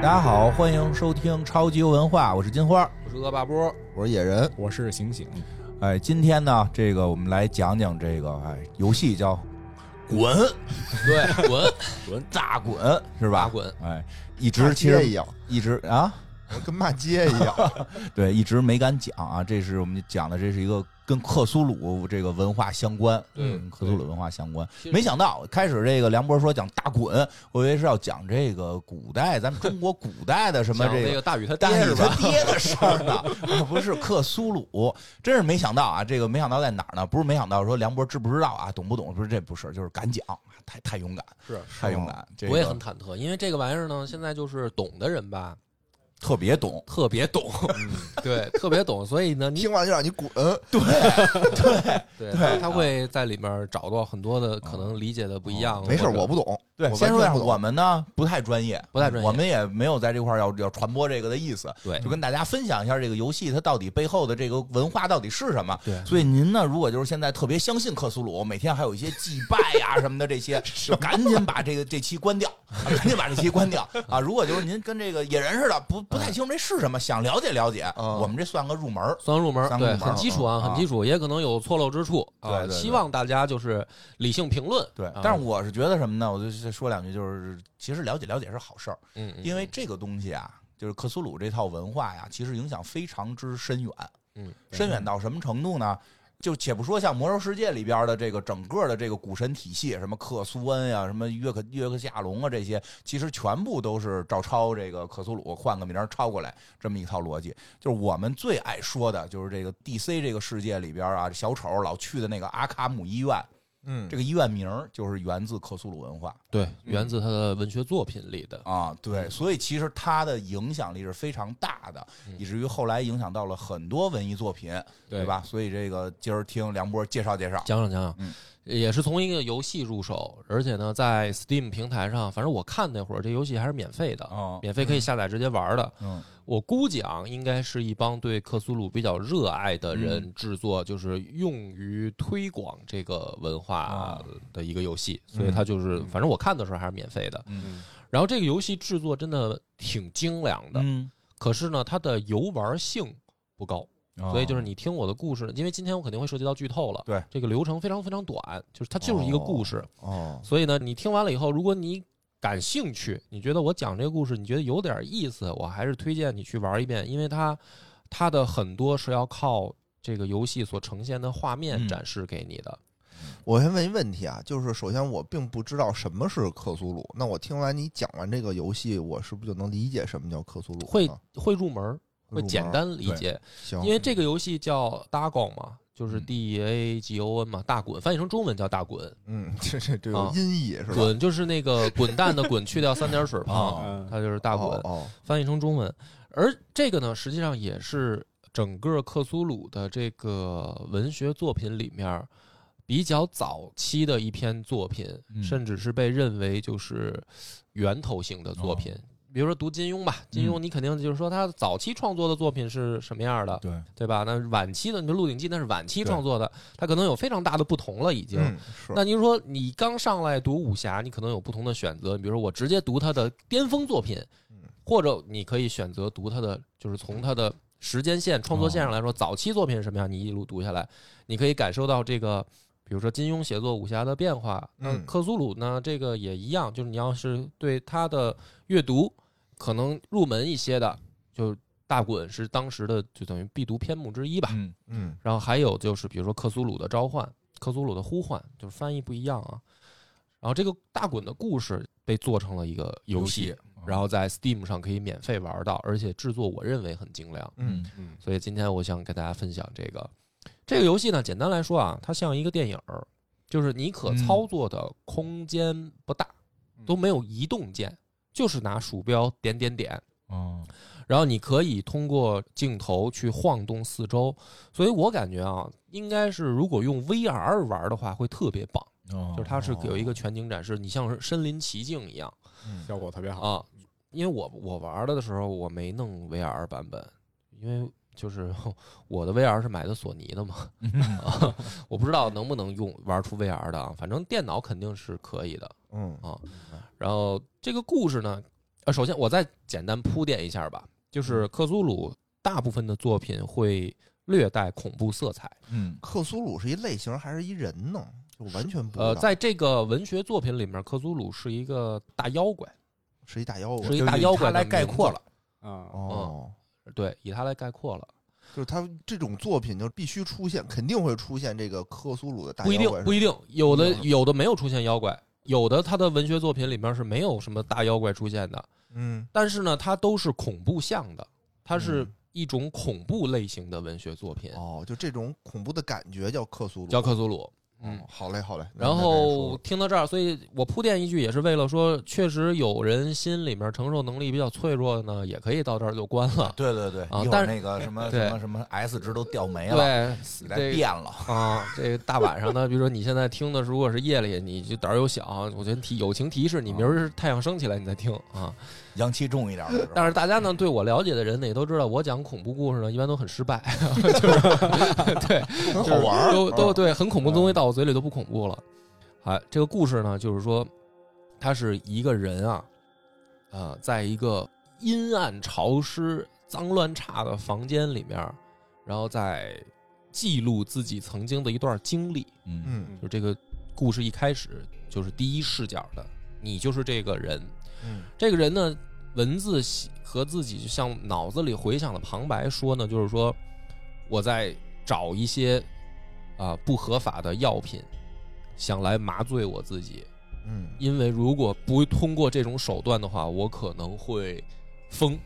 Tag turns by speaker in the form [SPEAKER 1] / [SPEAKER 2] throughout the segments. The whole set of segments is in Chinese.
[SPEAKER 1] 家好，欢迎收听超级文化，我是金花。
[SPEAKER 2] 我是恶霸波，
[SPEAKER 3] 我是野人，
[SPEAKER 2] 我是醒醒，
[SPEAKER 1] 哎，今天呢，这个我们来讲讲这个哎游戏叫《滚
[SPEAKER 2] 对，滚滚
[SPEAKER 1] 大滚》是
[SPEAKER 2] 打
[SPEAKER 1] 吧？
[SPEAKER 2] 滚，
[SPEAKER 1] 哎，一
[SPEAKER 3] 骂
[SPEAKER 1] 直其
[SPEAKER 3] 街
[SPEAKER 1] 实
[SPEAKER 3] 一样，
[SPEAKER 1] 一直啊，
[SPEAKER 3] 我跟骂街一样。
[SPEAKER 1] 对，一直没敢讲啊。这是我们讲的，这是一个跟克苏鲁这个文化相关，
[SPEAKER 2] 对
[SPEAKER 1] 嗯，克苏鲁文化相关。
[SPEAKER 2] 其实
[SPEAKER 1] 没想到开始这个梁博说讲大滚，我以为是要讲这个古代，咱们中国古代的什么
[SPEAKER 2] 讲
[SPEAKER 1] 这
[SPEAKER 2] 那
[SPEAKER 1] 个
[SPEAKER 2] 个大禹他
[SPEAKER 1] 但
[SPEAKER 2] 爹
[SPEAKER 1] 是
[SPEAKER 2] 是
[SPEAKER 1] 他
[SPEAKER 2] 吧？
[SPEAKER 1] 爹的事儿呢， 啊不是克苏鲁，真是没想到啊！这个没想到在哪儿呢？不是没想到说梁博知不知道啊，懂不懂？不是这不是，就是敢讲，太太勇敢，
[SPEAKER 2] 是，
[SPEAKER 1] 太勇敢，这
[SPEAKER 2] 我也
[SPEAKER 1] 个
[SPEAKER 2] 很忐忑，因为这个玩意儿呢，现在就是懂的人吧，
[SPEAKER 1] 特别懂，
[SPEAKER 2] 特别懂，
[SPEAKER 1] 嗯
[SPEAKER 2] 对，特别懂，所以呢，你
[SPEAKER 3] 听完就让你滚，
[SPEAKER 2] 对
[SPEAKER 1] 对啊
[SPEAKER 2] 他会在里面找到很多的可能理解的不一
[SPEAKER 1] 啊
[SPEAKER 2] 样。
[SPEAKER 3] 没事，
[SPEAKER 2] 或者
[SPEAKER 3] 我不懂。
[SPEAKER 1] 对，
[SPEAKER 3] 我
[SPEAKER 1] 先说一
[SPEAKER 3] 完
[SPEAKER 1] 下，
[SPEAKER 3] 全不懂
[SPEAKER 1] 我们呢不太专业，
[SPEAKER 2] 不太专业
[SPEAKER 1] 我们也没有在这块儿要要传播这个的意思，
[SPEAKER 2] 对
[SPEAKER 1] 就跟大家分享一下这个游戏它到底背后的这个文化到底是什么。
[SPEAKER 2] 对
[SPEAKER 1] 所以您呢，如果就是现在特别相信克苏鲁，每天还有一些祭拜呀、什么的这 些，就赶紧把这个这期关掉， 啊赶紧把这期关掉啊！如果就是您跟这个野人似的，不不太清楚这是什么，想了解了解，
[SPEAKER 3] 嗯
[SPEAKER 1] 我们这算个入门儿。
[SPEAKER 2] 算入门儿，
[SPEAKER 1] 三个
[SPEAKER 2] 对，
[SPEAKER 1] 入门儿
[SPEAKER 2] 很基础啊，
[SPEAKER 1] 啊
[SPEAKER 2] 很基础，也可能有错漏之处啊。
[SPEAKER 1] 对对对
[SPEAKER 2] 希望大家就是理性评论。
[SPEAKER 1] 对
[SPEAKER 2] 啊，
[SPEAKER 1] 但是我是觉得什么呢？我就说两句，就是其实了解了解是好事儿，
[SPEAKER 2] 嗯，嗯
[SPEAKER 1] 因为这个东西啊，就是克苏鲁这套文化呀，其实影响非常之深远，
[SPEAKER 2] 嗯，
[SPEAKER 1] 深远到什么程度呢？就且不说像《魔兽世界》里边的这个整个的这个古神体系，什么克苏恩呀、什么约克约克夏隆啊这些，其实全部都是照抄这个克苏鲁，换个名儿抄过来这么一套逻辑。就是我们最爱说的就是这个 DC 这个世界里边啊，小丑老去的那个阿卡姆医院，
[SPEAKER 3] 嗯
[SPEAKER 1] 这个医院名儿就是源自克苏鲁文化。
[SPEAKER 2] 对，源自他的文学作品里的。
[SPEAKER 1] 啊，对，所以其实它的影响力是非常大的，以至于后来影响到了很多文艺作品，对
[SPEAKER 2] 对
[SPEAKER 1] 吧？所以这个今儿听梁波介绍介绍，
[SPEAKER 2] 讲讲讲讲，
[SPEAKER 1] 嗯
[SPEAKER 2] 也是从一个游戏入手，而且呢，在 Steam 平台上，反正我看那会儿这游戏还是免费的，
[SPEAKER 1] 哦
[SPEAKER 2] 免费可以下载直接玩的。
[SPEAKER 1] 嗯，
[SPEAKER 2] 我估计啊，应该是一帮对克苏鲁比较热爱的人制作，就是用于推广这个文化
[SPEAKER 1] 啊
[SPEAKER 2] 的一个游戏，所以它就是，反正我看的时候还是免费的。
[SPEAKER 1] 嗯
[SPEAKER 2] 然后这个游戏制作真的挺精良的，
[SPEAKER 1] 嗯，
[SPEAKER 2] 可是呢，它的游玩性不高。
[SPEAKER 1] 哦
[SPEAKER 2] 所以就是你听我的故事，因为今天我肯定会涉及到剧透了。
[SPEAKER 1] 啊对，
[SPEAKER 2] 这个流程非常非常短，就是它就是一个故事。
[SPEAKER 3] 哦，
[SPEAKER 2] 所以呢，你听完了以后，如果你感兴趣，你觉得我讲这个故事你觉得有点意思，我还是推荐你去玩一遍，因为它它的很多是要靠这个游戏所呈现的画
[SPEAKER 1] 嗯
[SPEAKER 2] 面展示给你的。
[SPEAKER 3] 我先问一问题啊，就是首先我并不知道什么是克苏鲁，那我听完你讲完这个游戏，我是不是就能理解什么叫克
[SPEAKER 1] 嗯
[SPEAKER 3] 苏鲁呢？
[SPEAKER 2] 会会入门儿，
[SPEAKER 3] 入
[SPEAKER 2] 会
[SPEAKER 3] 门
[SPEAKER 2] 简单理解，
[SPEAKER 3] 行，
[SPEAKER 2] 因为这个游戏叫 Dagon 嘛，就是
[SPEAKER 1] 嗯
[SPEAKER 2] D E A G O N 嘛，大滚翻译成中文叫大滚。
[SPEAKER 3] 嗯， 这这这有
[SPEAKER 2] 啊
[SPEAKER 3] 音译是吧？
[SPEAKER 2] 滚就是那 个滚蛋的滚，去掉三点水旁，
[SPEAKER 1] 哦
[SPEAKER 2] 它就是大滚
[SPEAKER 3] 哦。哦，
[SPEAKER 2] 翻译成中文。而这个呢，实际上也是整个克苏鲁的这个文学作品里面比较早期的一篇作品，
[SPEAKER 1] 嗯
[SPEAKER 2] 甚至是被认为就是源头性的作品。
[SPEAKER 1] 哦
[SPEAKER 2] 比如说读金庸吧，
[SPEAKER 3] 嗯
[SPEAKER 2] 金庸你肯定就是说他早期创作的作品是什么样的，
[SPEAKER 1] 对，
[SPEAKER 2] 对吧？那晚期的，你说《鹿鼎记》那是晚期创作的，它可能有非常大的不同了，已经。
[SPEAKER 3] 嗯，是
[SPEAKER 2] 那您说，你刚上来读武侠，你可能有不同的选择。比如说，我直接读他的巅峰作品
[SPEAKER 3] 嗯，
[SPEAKER 2] 或者你可以选择读他的，就是从他的时间线、创作线上来
[SPEAKER 3] 哦
[SPEAKER 2] 说，早期作品是什么样，你一路读下来，你可以感受到这个，比如说金庸写作武侠的变化。那
[SPEAKER 3] 嗯
[SPEAKER 2] 克苏鲁呢，这个也一样，就是你要是对他的阅读可能入门一些的，就大滚是当时的就等于必读篇目之一吧。
[SPEAKER 1] 嗯，
[SPEAKER 3] 嗯，
[SPEAKER 2] 然后还有就是比如说克苏鲁的召唤、克苏鲁的呼唤，就是翻译不一样啊。然后这个大滚的故事被做成了一个游戏，
[SPEAKER 1] 游戏啊
[SPEAKER 2] 然后在 Steam 上可以免费玩到，而且制作我认为很精良。
[SPEAKER 3] 嗯，
[SPEAKER 2] 嗯所以今天我想给大家分享这个这个游戏呢，简单来说啊，它像一个电影儿，就是你
[SPEAKER 1] 嗯
[SPEAKER 2] 可操作的空间不大，都没有移动键，就是拿鼠标点点点，
[SPEAKER 1] 哦，
[SPEAKER 2] 然后你可以通过镜头去晃动四周，所以我感觉啊，应该是如果用 VR 玩的话会特别棒，
[SPEAKER 1] 哦
[SPEAKER 2] 就
[SPEAKER 1] 嗯
[SPEAKER 2] 是它是有一个全景展示，你像是身临其境一样
[SPEAKER 3] 嗯
[SPEAKER 4] 效果特别好。
[SPEAKER 2] 啊。因为我我玩的时候我没弄 VR 版本，因为就是 我的 VR 是买的索尼的嘛， 啊我不知道能不能用玩出 VR 的啊，反正电脑肯定是可以的。
[SPEAKER 3] 嗯
[SPEAKER 2] 然后这个故事呢，呃，首先我再简单铺垫一下吧，就是
[SPEAKER 3] 嗯
[SPEAKER 2] 克苏鲁大部分的作品会略带恐怖色彩。
[SPEAKER 1] 嗯
[SPEAKER 3] 克苏鲁是一类型还是一人呢？就完全不知道
[SPEAKER 2] 呃，在这个文学作品里面，克苏鲁是一个大妖怪，
[SPEAKER 3] 是一大妖怪
[SPEAKER 2] 是一
[SPEAKER 1] 就
[SPEAKER 2] 大
[SPEAKER 1] 以
[SPEAKER 2] 妖
[SPEAKER 1] 他
[SPEAKER 2] 怪的
[SPEAKER 1] 来概
[SPEAKER 2] 名
[SPEAKER 1] 括
[SPEAKER 2] 字
[SPEAKER 1] 了，
[SPEAKER 4] 啊，
[SPEAKER 3] 哦，
[SPEAKER 2] 对，以它来概括了。
[SPEAKER 3] 就是他这种作品就必须出现，肯定会出现这个克苏鲁的大
[SPEAKER 2] 不一
[SPEAKER 3] 妖
[SPEAKER 2] 定
[SPEAKER 3] 怪，是吧。
[SPEAKER 2] 不一定，有的
[SPEAKER 3] 不一定
[SPEAKER 2] 有的没有出现妖怪，有的他的文学作品里面是没有什么大妖怪出现的，
[SPEAKER 3] 嗯
[SPEAKER 2] 但是呢，它都是恐怖向的，它是
[SPEAKER 3] 嗯
[SPEAKER 2] 一种恐怖类型的文学作品，
[SPEAKER 3] 哦，就这种恐怖的感觉叫克苏鲁。
[SPEAKER 2] 叫克苏鲁。嗯
[SPEAKER 3] 哦，好嘞，好嘞。那
[SPEAKER 2] 然
[SPEAKER 3] 你再跟人说
[SPEAKER 2] 后
[SPEAKER 3] 吧
[SPEAKER 2] 听到这儿，所以我铺垫一句，也是为了说，确实有人心里面承受能力比较脆弱的呢，也可以到这儿就关了。
[SPEAKER 1] 对对对，
[SPEAKER 2] 啊
[SPEAKER 1] 一会
[SPEAKER 2] 但
[SPEAKER 1] 儿
[SPEAKER 2] 是
[SPEAKER 1] 那个什么
[SPEAKER 2] 对
[SPEAKER 1] 什么什么 S 值都掉 没了，
[SPEAKER 2] 对，
[SPEAKER 1] 你再
[SPEAKER 2] 这
[SPEAKER 1] 变了，
[SPEAKER 2] 啊，这个大晚上的，比如说你现在听的，如果是夜里，你就胆儿有小，我觉得提友情提示，你明
[SPEAKER 1] 啊
[SPEAKER 2] 儿是太阳升起来你再听啊。
[SPEAKER 1] 阳气重一点儿的时候。
[SPEAKER 2] 但是大家呢，对我了解的人呢，也都知道，我讲恐怖故事呢，一般都很失败，就是对，
[SPEAKER 1] 不
[SPEAKER 2] 就是
[SPEAKER 1] 好玩儿，嗯
[SPEAKER 2] 都都对，很恐怖的东西到我嘴里都不恐怖了。好，这个故事呢，就是说，他是一个人啊，呃，在一个阴暗、潮湿、脏乱差的房间里面，然后在记录自己曾经的一段经历。
[SPEAKER 1] 嗯
[SPEAKER 3] 嗯
[SPEAKER 2] 就这个故事一开始就是第一视角的，你就是这个人。
[SPEAKER 3] 嗯
[SPEAKER 2] 这个人呢，文字写和自己就像脑子里回想的旁白说呢，就是说我在找一些啊、不合法的药品，想来麻醉我自己，
[SPEAKER 3] 嗯
[SPEAKER 2] 因为如果不通过这种手段的话，我可能会疯，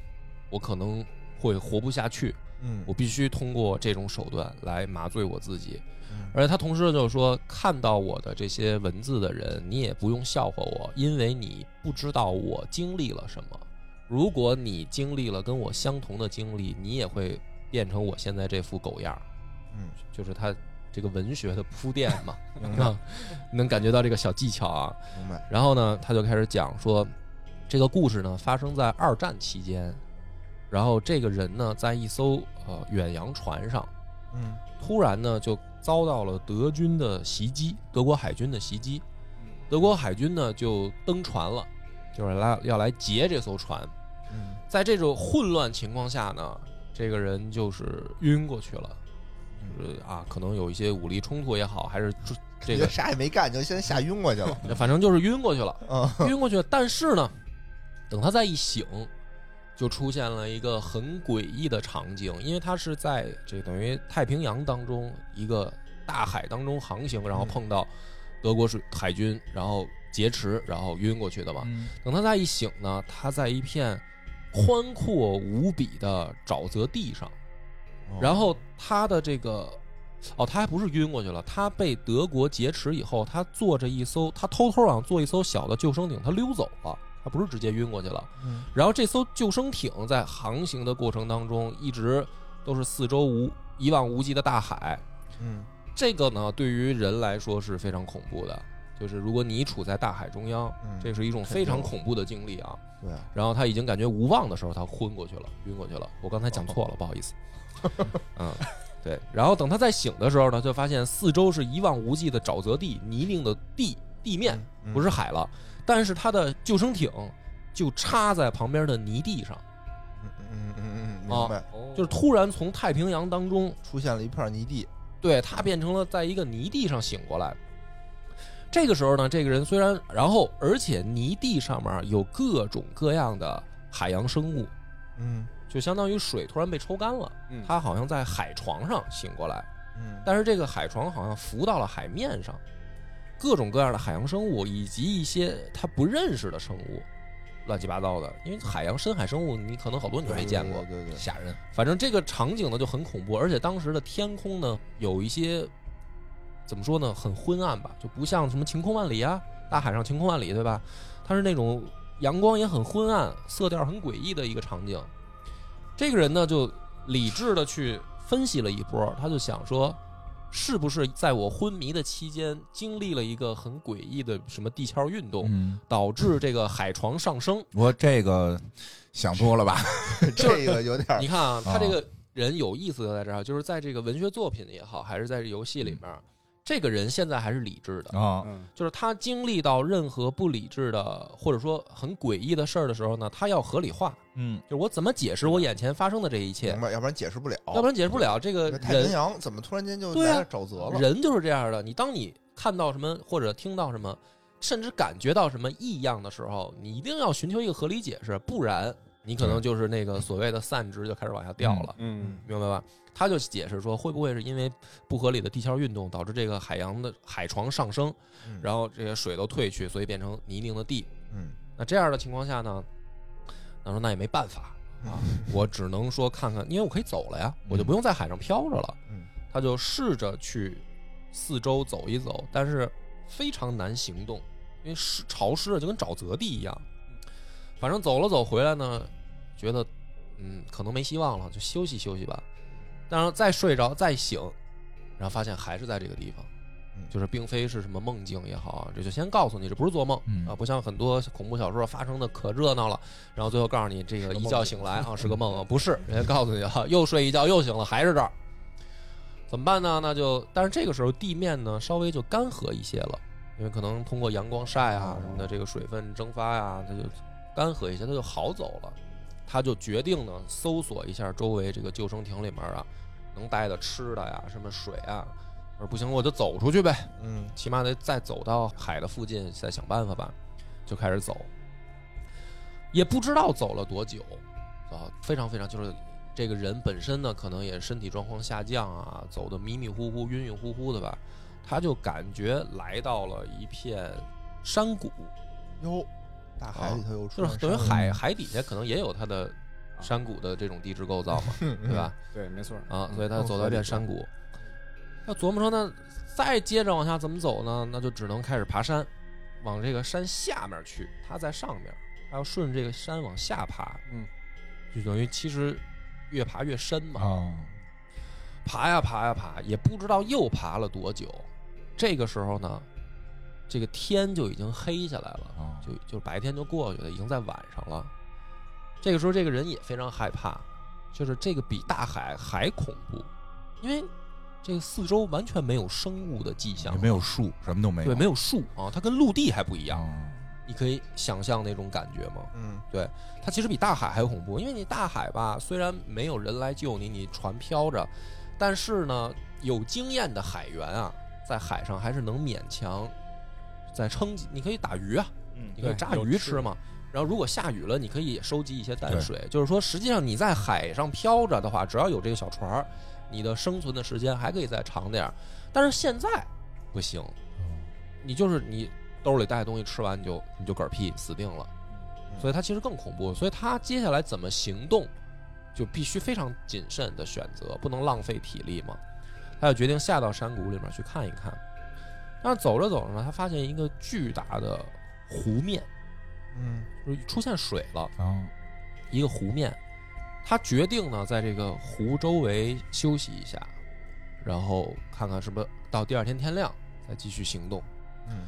[SPEAKER 2] 我可能会活不下去。
[SPEAKER 3] 嗯
[SPEAKER 2] 我必须通过这种手段来麻醉我自己
[SPEAKER 3] 嗯。
[SPEAKER 2] 而且他同时就是说，看到我的这些文字的人，你也不用笑话我，因为你不知道我经历了什么。如果你经历了跟我相同的经历，你也会变成我现在这副狗样儿。
[SPEAKER 3] 嗯
[SPEAKER 2] 就是他这个文学的铺垫嘛，
[SPEAKER 3] 明白
[SPEAKER 2] 啊， 能感觉到这个小技巧啊。
[SPEAKER 3] 明白。
[SPEAKER 2] 然后呢，他就开始讲说，这个故事呢发生在二战期间，然后这个人呢在一艘呃远洋船上，
[SPEAKER 3] 嗯
[SPEAKER 2] 突然呢就遭到了德军的袭击，德国海军的袭击，德国海军呢就登船了，就是来要来劫这艘船。
[SPEAKER 3] 嗯
[SPEAKER 2] 在这种混乱情况下呢，这个人就是晕过去了，就是啊，可能有一些武力冲突也好，还是这这
[SPEAKER 3] 嗯你
[SPEAKER 2] 个，
[SPEAKER 3] 啥也没干，就先吓晕过 去了。
[SPEAKER 2] 反正就是晕过去了。
[SPEAKER 3] 啊，
[SPEAKER 2] 晕过去了。但是呢，等他再一醒，就出现了一个很诡异的场景，因为他是在这等于太平洋当中一个大海当中航行，然后碰到德国水海军，然后劫持，然后晕过去的嘛。
[SPEAKER 1] 嗯
[SPEAKER 2] 等他再一醒呢，他在一片宽阔无比的沼泽地上，
[SPEAKER 3] 哦
[SPEAKER 2] 然后他的这个。哦，他还不是晕过去了，他被德国劫持以后，他坐着一艘，他偷偷啊坐一艘小的救生艇，他溜走了，他不是直接晕过去了。
[SPEAKER 3] 嗯
[SPEAKER 2] 然后这艘救生艇在航行的过程当中，一直都是四周无一望无际的大海，
[SPEAKER 3] 嗯
[SPEAKER 2] 这个呢对于人来说是非常恐怖的，就是如果你处在大海中央，
[SPEAKER 3] 嗯，
[SPEAKER 2] 这是一种非常恐怖的经历啊。
[SPEAKER 3] 对啊，
[SPEAKER 2] 然后他已经感觉无望的时候，他昏过去了，晕过去了。我刚才讲错了，不好意思。嗯，对。然后等他再醒的时候呢，就发现四周是一望无际的沼泽地、泥泞的地地面，
[SPEAKER 3] 嗯
[SPEAKER 2] 不是海了。但是他的救生艇就插在旁边的泥地上，
[SPEAKER 3] 嗯嗯嗯嗯，嗯明
[SPEAKER 2] 啊
[SPEAKER 3] 白。
[SPEAKER 2] 就是突然从太平洋当中，
[SPEAKER 3] 出现了一片泥地，
[SPEAKER 2] 对他变成了在一个泥地上醒过来。这个时候呢，这个人虽然，然后而且泥地上面有各种各样的海洋生物，
[SPEAKER 3] 嗯
[SPEAKER 2] 就相当于水突然被抽干了，
[SPEAKER 4] 嗯
[SPEAKER 2] 他好像在海床上醒过来，
[SPEAKER 3] 嗯，
[SPEAKER 2] 但是这个海床好像浮到了海面上，各种各样的海洋生物以及一些他不认识的生物，乱七八糟的。因为海洋深海生物你可能好多你
[SPEAKER 3] 对
[SPEAKER 2] 没见过，
[SPEAKER 3] 对对对，对
[SPEAKER 1] 吓人，
[SPEAKER 2] 反正这个场景呢就很恐怖，而且当时的天空呢有一些怎么说呢，很昏暗吧，就不像什么晴空万里啊，大海上晴空万里，对吧？它是那种阳光也很昏暗，色调很诡异的一个场景。这个人呢就理智的去分析了一波，他就想说，是不是在我昏迷的期间经历了一个很诡异的什么地壳运动，
[SPEAKER 1] 嗯，
[SPEAKER 2] 导致这个海床上升？
[SPEAKER 1] 我这个想多了吧？
[SPEAKER 3] 这个有点儿
[SPEAKER 2] 你看啊，他
[SPEAKER 1] 啊
[SPEAKER 3] 嗯
[SPEAKER 2] 这个人有意思就在这儿，就是在这个文学作品也好，还是在这游戏里面，这个人现在还是理智的，
[SPEAKER 1] 啊
[SPEAKER 4] 嗯
[SPEAKER 2] 就是他经历到任何不理智的或者说很诡异的事儿的时候呢，他要合理化，
[SPEAKER 1] 嗯
[SPEAKER 2] 就是我怎么解释我眼前发生的这一切
[SPEAKER 3] 明，白，要不然解释不了，
[SPEAKER 2] 要不然解释不了这个
[SPEAKER 3] 嗯哦那太平
[SPEAKER 2] 人
[SPEAKER 3] 洋怎么突然间就
[SPEAKER 2] 对啊
[SPEAKER 3] 来了沼泽了？
[SPEAKER 2] 人就是这样的。你当你看到什么或者听到什么，甚至感觉到什么异样的时候，你一定要寻求一个合理解释，不然你可能就是那个所谓的散值就开始往下掉了。
[SPEAKER 4] 嗯
[SPEAKER 2] 明白吧？他就解释说，会不会是因为不合理的地壳运动导致这个海洋的海床上升，
[SPEAKER 3] 嗯
[SPEAKER 2] 然后这些水都退去，所以变成泥泞的地？
[SPEAKER 3] 嗯，
[SPEAKER 2] 那这样的情况下呢，他说那也没办法啊，我只能说看看，因为我可以走了呀，我就不用在海上漂着了。
[SPEAKER 3] 嗯，
[SPEAKER 2] 他就试着去四周走一走，但是非常难行动，因为湿潮湿的就跟沼泽地一样。反正走了走回来呢，觉得嗯可能没希望了，就休息休息吧。但是再睡着再醒，然后发现还是在这个地方
[SPEAKER 3] 嗯，
[SPEAKER 2] 就是并非是什么梦境也好啊，这就先告诉你这不是做梦
[SPEAKER 1] 嗯
[SPEAKER 4] 哦
[SPEAKER 2] 啊，不像很多恐怖小说发生的可热闹了，然后最后告诉你这个一觉醒 来啊是个梦啊，不是，人家告诉你啊又睡一觉又醒了还是这儿，怎么办呢？那就但是这个时候地面呢稍微就干涸一些了，因为可能通过阳光晒啊什么的，这个水分蒸发呀、它就干涸一些，它就好走了。他就决定呢搜索一下周围这个救生艇里面啊能带的吃的呀，什么水啊。我说不行，我就走出去呗，
[SPEAKER 3] 嗯
[SPEAKER 2] 起码得再走到海的附近，再想办法吧。就开始走，也不知道走了多久，啊，非常非常就是这个人本身呢，可能也身体状况下降啊，走的迷迷糊糊、晕晕乎乎的吧，他就感觉来到了一片山谷，
[SPEAKER 3] 嗯哟，大海里头又出
[SPEAKER 2] 哦就
[SPEAKER 3] 来
[SPEAKER 2] 是等于
[SPEAKER 3] 生物
[SPEAKER 2] 海海底下可能也有它的山谷的这种地质构造 嘛，对吧？
[SPEAKER 4] 对，没错
[SPEAKER 2] 啊，所以他
[SPEAKER 3] 嗯
[SPEAKER 2] 走到一片山谷。那琢磨说，那再接着往下怎么走呢？那就只能开始爬山，往这个山下面去。他在上面，他要顺着这个山往下爬，
[SPEAKER 4] 嗯，
[SPEAKER 2] 就等于其实越爬越深嘛。
[SPEAKER 1] 啊
[SPEAKER 2] 爬呀爬呀爬，也不知道又爬了多久。这个时候呢，这个天就已经黑下来了，
[SPEAKER 1] 啊
[SPEAKER 2] 就就白天就过去了，已经在晚上了。这个时候，这个人也非常害怕，就是这个比大海还恐怖，因为这个四周完全没有生物的迹象
[SPEAKER 1] 也，没有树，什么都没有，哦
[SPEAKER 2] 对，没有嗯树啊，它跟陆地还不一样。
[SPEAKER 1] 啊
[SPEAKER 2] 你可以想象那种感觉吗？
[SPEAKER 3] 嗯
[SPEAKER 2] 它其实比大海还恐怖，因为你大海吧，虽然没有人来救你，你船漂着，但是呢，有经验的海员啊，在海上还是能勉强在撑起。你可以打鱼啊，
[SPEAKER 4] 嗯
[SPEAKER 2] 你可以炸鱼吃嘛。然后如果下雨了，你可以收集一些淡水。就是说，实际上你在海上漂着的话，只要有这个小船儿，你的生存的时间还可以再长点儿。但是现在不行，你就是你兜里带的东西吃完，你就你就嗝屁死定了。所以它其实更恐怖。所以他接下来怎么行动，就必须非常谨慎的选择，不能浪费体力嘛。他就决定下到山谷里面去看一看。但是走着走着呢，他发现一个巨大的湖面，
[SPEAKER 3] 嗯
[SPEAKER 2] 就是出现水了，
[SPEAKER 1] 啊
[SPEAKER 2] 一个湖面。他决定呢，在这个湖周围休息一下，然后看看是不是到第二天天亮再继续行动。
[SPEAKER 3] 嗯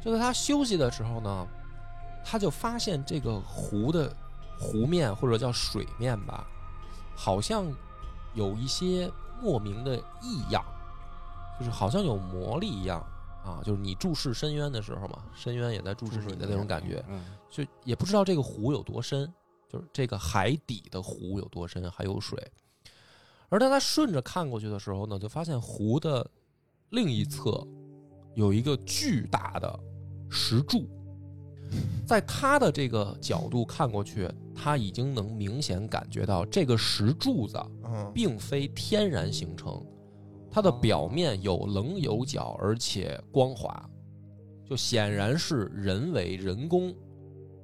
[SPEAKER 2] 就在他休息的时候呢，他就发现这个湖的湖面或者叫水面吧，好像有一些莫名的异样，就是好像有魔力一样啊，就是你注视深渊的时候嘛，深渊也在注视你的那种感觉，
[SPEAKER 4] 嗯
[SPEAKER 2] 就也不知道这个湖有多深，就是这个海底的湖有多深，还有水。而当他顺着看过去的时候呢，就发现湖的另一侧有一个巨大的石柱，在他的这个角度看过去，他已经能明显感觉到这个石柱子
[SPEAKER 3] 嗯，
[SPEAKER 2] 并非天然形成，它的表面有棱有角，而且光滑，就显然是人为人工，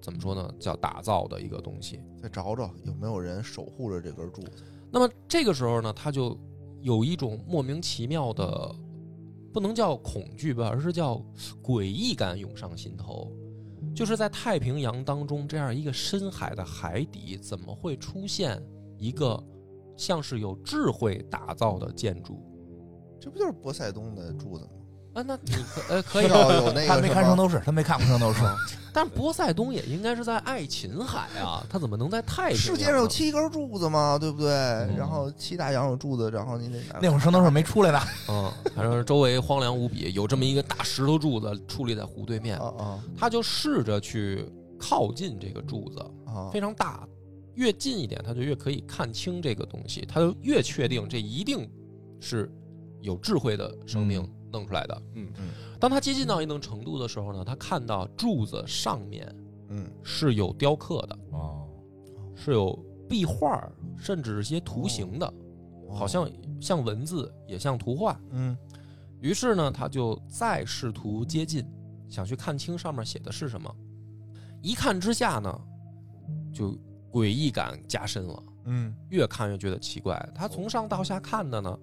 [SPEAKER 2] 怎么说呢，叫打造的一个东西。
[SPEAKER 3] 再找找有没有人守护着这根柱子。
[SPEAKER 2] 那么这个时候呢，他就有一种莫名其妙的，不能叫恐惧吧，而是叫诡异感涌上心头。就是在太平洋当中这样一个深海的海底，怎么会出现一个像是有智慧打造的建筑？
[SPEAKER 3] 这不就是波塞冬的柱子吗？
[SPEAKER 2] 啊，那你可呃可以
[SPEAKER 3] 至， 少有那个
[SPEAKER 1] 他没
[SPEAKER 3] 什
[SPEAKER 1] 看《
[SPEAKER 3] 么
[SPEAKER 1] 圣斗士》，他没看过《圣斗士》
[SPEAKER 2] 但波塞冬也应该是在爱琴海啊，他怎么能在太平洋
[SPEAKER 3] 世
[SPEAKER 2] 呢
[SPEAKER 3] 界上有七根柱子嘛，对不对？
[SPEAKER 2] 嗯
[SPEAKER 3] 然后七大洋有柱子，然后你得 拿
[SPEAKER 1] 那会儿《圣斗士》没出来呢。
[SPEAKER 2] 嗯，反正周围荒凉无比，有这么一个大石头柱子矗立在湖对面，
[SPEAKER 3] 啊
[SPEAKER 2] 他就试着去靠近这个柱子，
[SPEAKER 3] 啊啊
[SPEAKER 2] 非常大，越近一点，他就越可以看清这个东西，他就越确定这一定是有智慧的生命弄出来的。
[SPEAKER 3] 嗯嗯
[SPEAKER 2] 当他接近到一定程度的时候呢，他看到柱子上面
[SPEAKER 3] 嗯
[SPEAKER 2] 是有雕刻的，
[SPEAKER 1] 哦，
[SPEAKER 2] 是有壁画，甚至是些图形的，
[SPEAKER 3] 哦
[SPEAKER 2] 好像像文字也像图画。
[SPEAKER 3] 嗯
[SPEAKER 2] 于是呢，他就再试图接近，想去看清上面写的是什么。一看之下呢，就诡异感加深了，
[SPEAKER 3] 嗯
[SPEAKER 2] 越看越觉得奇怪。他从上到下看的呢，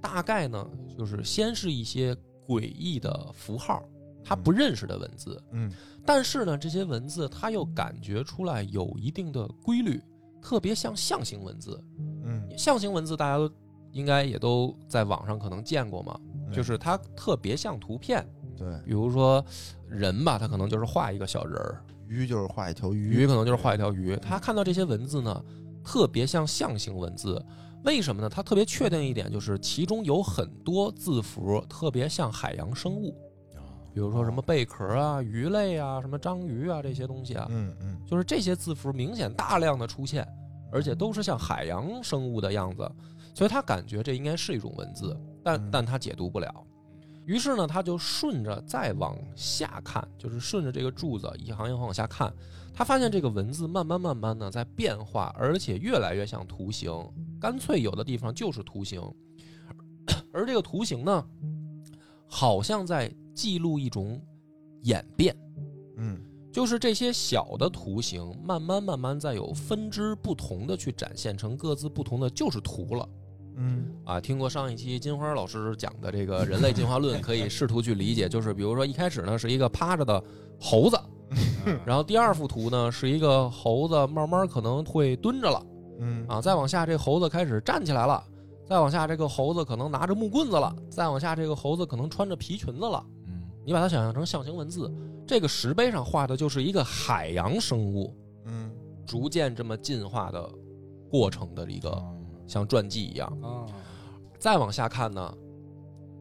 [SPEAKER 2] 大概呢就是先是一些诡异的符号，他不认识的文字，
[SPEAKER 3] 嗯
[SPEAKER 2] 但是呢，这些文字他又感觉出来有一定的规律，特别像象形文字。
[SPEAKER 3] 嗯
[SPEAKER 2] 象形文字大家都应该也都在网上可能见过嘛，
[SPEAKER 3] 嗯
[SPEAKER 2] 就是它特别像图片，
[SPEAKER 3] 对，
[SPEAKER 2] 比如说人吧，他可能就是画一个小人儿，
[SPEAKER 3] 鱼就是画一条
[SPEAKER 2] 鱼
[SPEAKER 3] 鱼，
[SPEAKER 2] 可能就是画一条鱼。他看到这些文字呢，特别像象形文字。为什么呢？他特别确定一点，就是其中有很多字符特别像海洋生物，比如说什么贝壳啊、鱼类啊、什么章鱼啊这些东西啊，
[SPEAKER 3] 嗯嗯
[SPEAKER 2] 就是这些字符明显大量的出现，而且都是像海洋生物的样子，所以他感觉这应该是一种文字，但
[SPEAKER 3] 嗯
[SPEAKER 2] 但他解读不了。于是呢，他就顺着再往下看，就是顺着这个柱子一行一行往下看，他发现这个文字慢慢慢慢的在变化，而且越来越像图形，干脆有的地方就是图形， 而这个图形呢，好像在记录一种演变。
[SPEAKER 3] 嗯
[SPEAKER 2] 就是这些小的图形，慢慢慢慢再有分支不同的去展现成各自不同的就是图了
[SPEAKER 3] 嗯
[SPEAKER 2] 啊。听过上一期金花老师讲的这个人类进化论，可以试图去理解，就是比如说一开始呢是一个趴着的猴子，然后第二幅图呢是一个猴子慢慢可能会蹲着了
[SPEAKER 3] 嗯
[SPEAKER 2] 啊，再往下这猴子开始站起来了。再往下，这个猴子可能拿着木棍子了；再往下，这个猴子可能穿着皮裙子了。
[SPEAKER 1] 嗯，
[SPEAKER 2] 你把它想象成象形文字，这个石碑上画的就是一个海洋生物
[SPEAKER 3] 嗯
[SPEAKER 2] 逐渐这么进化的过程的一个像传记一样。
[SPEAKER 4] 啊，
[SPEAKER 2] 再往下看呢，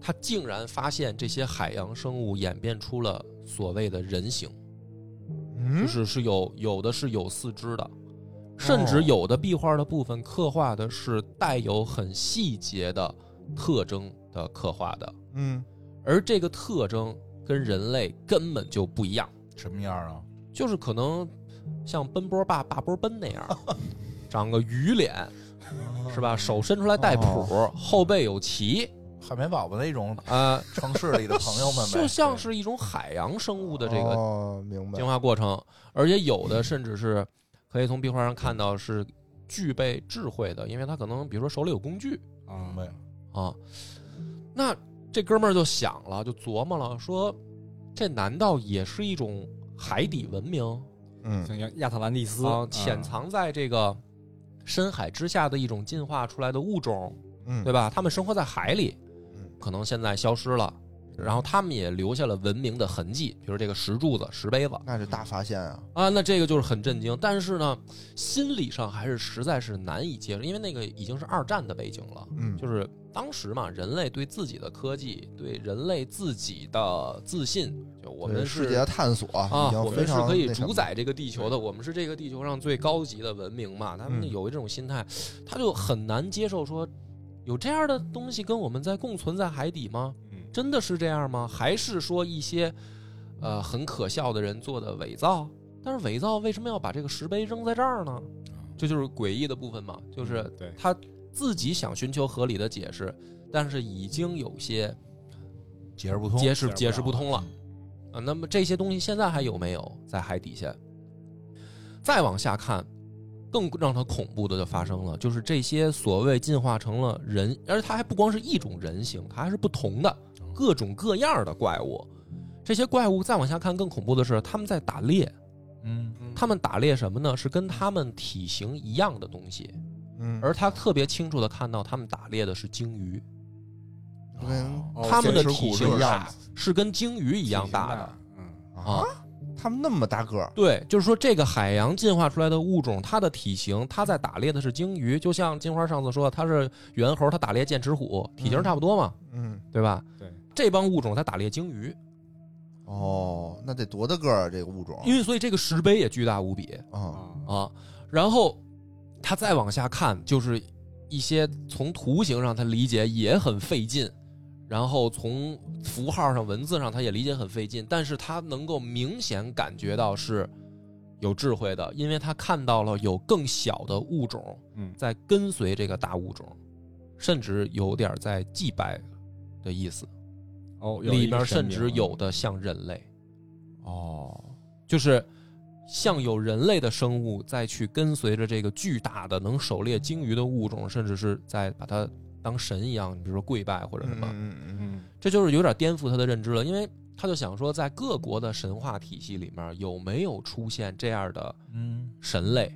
[SPEAKER 2] 他竟然发现这些海洋生物演变出了所谓的人形，就
[SPEAKER 3] 嗯
[SPEAKER 2] 是是有有的是有四肢的，甚至
[SPEAKER 3] 哦
[SPEAKER 2] 有的壁画的部分刻画的是带有很细节的特征的刻画的，
[SPEAKER 3] 嗯
[SPEAKER 2] 而这个特征跟人类根本就不一样。
[SPEAKER 1] 什么样啊？
[SPEAKER 2] 就是可能像奔波霸霸波奔那样， 长个鱼脸，
[SPEAKER 1] 嗯
[SPEAKER 2] 是吧？手伸出来
[SPEAKER 1] 哦
[SPEAKER 2] 带蹼，后背有鳍，
[SPEAKER 1] 海绵宝宝的一种
[SPEAKER 2] 啊，
[SPEAKER 1] 城市里的 朋友们呗，
[SPEAKER 2] 就像是一种海洋生物的这个
[SPEAKER 3] 哦明白
[SPEAKER 2] 进化过程，而且有的甚至是可以从壁画上看到是具备智慧的，因为他可能比如说手里有工具
[SPEAKER 1] 明白
[SPEAKER 2] 啊。那这哥们儿就想了，就琢磨了，说这难道也是一种海底文明？
[SPEAKER 3] 嗯
[SPEAKER 4] 像亚亚特兰蒂斯
[SPEAKER 2] 啊，潜藏在这个深海之下的一种进化出来的物种，
[SPEAKER 3] 嗯
[SPEAKER 2] 对吧？他们生活在海里
[SPEAKER 3] 嗯，
[SPEAKER 2] 可能现在消失了，然后他们也留下了文明的痕迹，比如这个石柱子、石碑子
[SPEAKER 3] 那是大发现啊
[SPEAKER 2] 啊，那这个就是很震惊。但是呢，心理上还是实在是难以接受，因为那个已经是二战的背景了。
[SPEAKER 3] 嗯
[SPEAKER 2] 就是当时嘛，人类对自己的科技、对人类自己的自信，就我们
[SPEAKER 3] 对
[SPEAKER 2] 是
[SPEAKER 3] 世界的探索已
[SPEAKER 2] 啊，
[SPEAKER 3] 经
[SPEAKER 2] 我
[SPEAKER 3] 非
[SPEAKER 2] 们是
[SPEAKER 3] 常
[SPEAKER 2] 可以
[SPEAKER 3] 那什么
[SPEAKER 2] 主宰这个地球的，我们是这个地球上最高级的文明嘛。他们
[SPEAKER 3] 嗯
[SPEAKER 2] 有这种心态，他就很难接受说有这样的东西跟我们在共存在海底吗？
[SPEAKER 4] 嗯
[SPEAKER 2] 真的是这样吗？还是说一些呃很可笑的人做的伪造？但是伪造为什么要把这个石碑扔在这儿
[SPEAKER 3] 啊
[SPEAKER 2] 呢？这就是诡异的部分嘛，就是
[SPEAKER 4] 嗯对
[SPEAKER 2] 他自己想寻求合理的解释，但是已经有些
[SPEAKER 1] 解释不通。
[SPEAKER 2] 解释
[SPEAKER 4] 解释不
[SPEAKER 2] 解释
[SPEAKER 4] 了
[SPEAKER 2] 不通了。啊，那么这些东西现在还有没有在海底下？再往下看，更让他恐怖的就发生了，就是这些所谓进化成了人，而且它还不光是一种人形，它还是不同的各种各样的怪物。这些怪物再往下看，更恐怖的是他们在打猎，
[SPEAKER 1] 嗯，
[SPEAKER 2] 他们打猎什么呢？是跟他们体型一样的东西，
[SPEAKER 3] 嗯
[SPEAKER 2] 而他特别清楚的看到他们打猎的是鲸鱼。
[SPEAKER 3] 就跟
[SPEAKER 4] 哦
[SPEAKER 2] 它们的
[SPEAKER 3] 剑齿
[SPEAKER 2] 体
[SPEAKER 3] 虎是
[SPEAKER 2] 型
[SPEAKER 3] 一样
[SPEAKER 2] 大，是跟鲸鱼一样大的。，
[SPEAKER 4] 嗯，
[SPEAKER 2] 啊。
[SPEAKER 3] 它们那么大个儿，
[SPEAKER 2] 对，就是说这个海洋进化出来的物种，它的体型，它在打猎的是鲸鱼，就像金花上次说，它是猿猴，它打猎剑齿虎，体型差不多嘛，
[SPEAKER 3] 嗯，
[SPEAKER 2] 对吧？
[SPEAKER 4] 对，
[SPEAKER 2] 这帮物种它打猎鲸鱼，
[SPEAKER 3] 哦，那得多大个儿啊？这个物种
[SPEAKER 2] 因为所以这个石碑也巨大无比
[SPEAKER 3] 啊，
[SPEAKER 4] 啊，
[SPEAKER 2] 啊。然后它再往下看，就是一些从图形上它理解也很费劲，然后从符号上、文字上它也理解很费劲，但是它能够明显感觉到是有智慧的，因为它看到了有更小的物种
[SPEAKER 4] 嗯
[SPEAKER 2] 在跟随这个大物种，甚至有点在祭拜的意思，
[SPEAKER 4] 哦，有
[SPEAKER 2] 里
[SPEAKER 4] 一个
[SPEAKER 2] 面
[SPEAKER 4] 神
[SPEAKER 2] 甚
[SPEAKER 4] 明嗯
[SPEAKER 2] 至有的像人类。
[SPEAKER 3] 哦，
[SPEAKER 2] 就是像有人类的生物再去跟随着这个巨大的能狩猎鲸鱼的物种，甚至是在把它当神一样，你比如说跪拜或者什
[SPEAKER 3] 嗯
[SPEAKER 2] 么，
[SPEAKER 3] 嗯嗯
[SPEAKER 4] 嗯
[SPEAKER 2] 这就是有点颠覆他的认知了，因为他就想说，在各国的神话体系里面有没有出现这样的
[SPEAKER 1] 嗯，
[SPEAKER 2] 神类？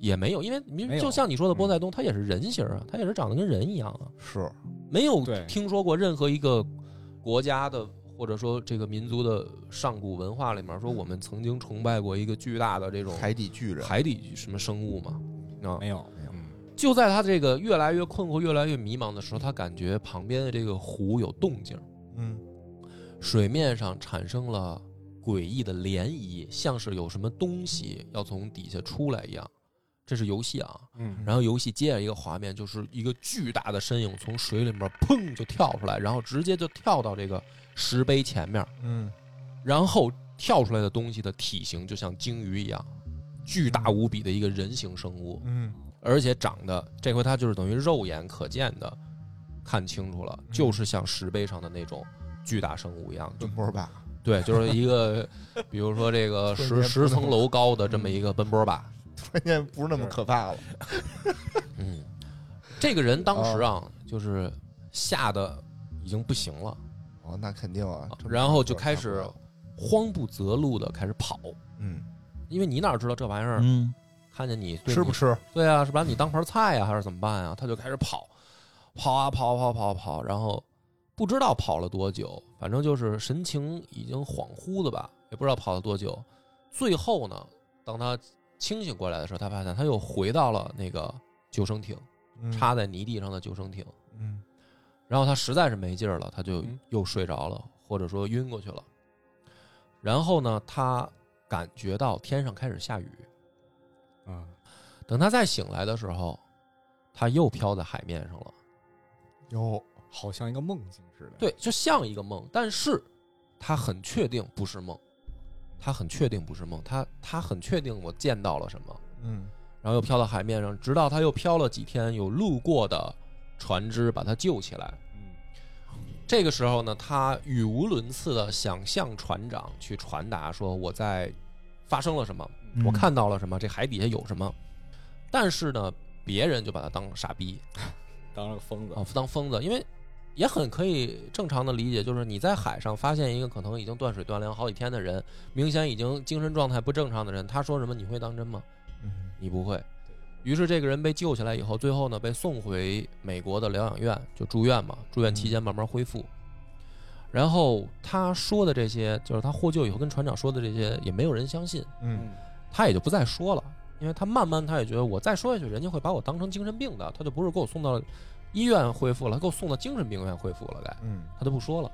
[SPEAKER 2] 也没有，因为你
[SPEAKER 4] 没有
[SPEAKER 2] 就像你说的波塞冬，他也是人形啊，他也是长得跟人一样啊，
[SPEAKER 3] 嗯是，
[SPEAKER 2] 没有
[SPEAKER 4] 对
[SPEAKER 2] 听说过任何一个国家的或者说这个民族的上古文化里面说我们曾经崇拜过一个巨大的这种
[SPEAKER 3] 嗯海底巨人，
[SPEAKER 2] 海底什么生物嘛。啊，
[SPEAKER 4] 没有
[SPEAKER 3] 没有
[SPEAKER 4] 嗯
[SPEAKER 2] 就在他这个越来越困惑、越来越迷茫的时候，他感觉旁边的这个湖有动静，
[SPEAKER 3] 嗯
[SPEAKER 2] 水面上产生了诡异的涟漪，像是有什么东西要从底下出来一样。这是游戏啊，
[SPEAKER 4] 嗯
[SPEAKER 2] 然后游戏接着一个画面，就是一个巨大的身影从水里面砰就跳出来，然后直接就跳到这个石碑前面，
[SPEAKER 3] 嗯，
[SPEAKER 2] 然后跳出来的东西的体型就像鲸鱼一样，巨大无比的一个人形生物，
[SPEAKER 3] 嗯
[SPEAKER 2] 而且长得这回它就是等于肉眼可见的看清楚了，就是像石碑上的那种巨大生物一样，就
[SPEAKER 3] 奔波 吧，
[SPEAKER 2] 对，就是一个比如说这个
[SPEAKER 3] 突然
[SPEAKER 2] 十
[SPEAKER 3] 间嗯
[SPEAKER 2] 十层楼高的这么一个奔波吧，
[SPEAKER 3] 关键不是那么可怕了，
[SPEAKER 2] 嗯，这个人当
[SPEAKER 3] 哦
[SPEAKER 2] 时啊，就是吓得已经不行了，
[SPEAKER 3] 哦，那肯定啊，这么
[SPEAKER 2] 然后就
[SPEAKER 3] 大个
[SPEAKER 2] 开
[SPEAKER 3] 儿差不
[SPEAKER 2] 始
[SPEAKER 3] 多
[SPEAKER 2] 慌不择路的开始跑，
[SPEAKER 3] 嗯，
[SPEAKER 2] 因为你哪知道这玩意儿，
[SPEAKER 1] 嗯，
[SPEAKER 2] 看见你对
[SPEAKER 1] 吃不
[SPEAKER 2] 你
[SPEAKER 1] 吃？
[SPEAKER 2] 对啊，是把你当盘菜呀、还是怎么办呀、他就开始跑，跑啊跑跑跑跑，然后不知道跑了多久，反正就是神情已经恍惚了吧，也不知道跑了多久。最后呢，当他清醒过来的时候，他发现他又回到了那个救生艇，
[SPEAKER 3] 嗯
[SPEAKER 2] 插在泥地上的救生艇。
[SPEAKER 3] 嗯
[SPEAKER 2] 然后他实在是没劲儿了，他就
[SPEAKER 4] 嗯
[SPEAKER 2] 又睡着了，或者说晕过去了。然后呢，他感觉到天上开始下雨。
[SPEAKER 4] 啊，
[SPEAKER 2] 等他再醒来的时候，他又飘在海面上了。
[SPEAKER 3] 有
[SPEAKER 4] 好像一个梦境似的，，
[SPEAKER 2] 对，就像一个梦，但是他很确定不是梦，他很确定不是梦，他他很确定我见到了什么，
[SPEAKER 3] 嗯
[SPEAKER 2] 然后又飘到海面上，直到他又飘了几天，有路过的船只把他救起来。
[SPEAKER 4] 嗯
[SPEAKER 2] 这个时候呢，他语无伦次的想向船长去传达说我在发生了什么，
[SPEAKER 1] 嗯
[SPEAKER 2] 我看到了什么，这海底下有什么。但是呢，别人就把他当傻逼
[SPEAKER 4] 当了个疯子
[SPEAKER 2] 啊，当疯子，因为也很可以正常的理解，就是你在海上发现一个可能已经断水断粮好几天的人，明显已经精神状态不正常的人，他说什么你会当真吗？
[SPEAKER 3] 嗯
[SPEAKER 2] 你不会。于是这个人被救起来以后，最后呢被送回美国的疗养院，就住院嘛。住院期间慢慢恢复。然后他说的这些，就是他获救以后跟船长说的这些，也没有人相信，
[SPEAKER 3] 嗯，
[SPEAKER 2] 他也就不再说了，因为他慢慢他也觉得我再说下去，人家会把我当成精神病的，他就不是给我送到医院恢复了，他给我送到精神病院恢复了，该
[SPEAKER 3] 嗯
[SPEAKER 2] 他都不说了。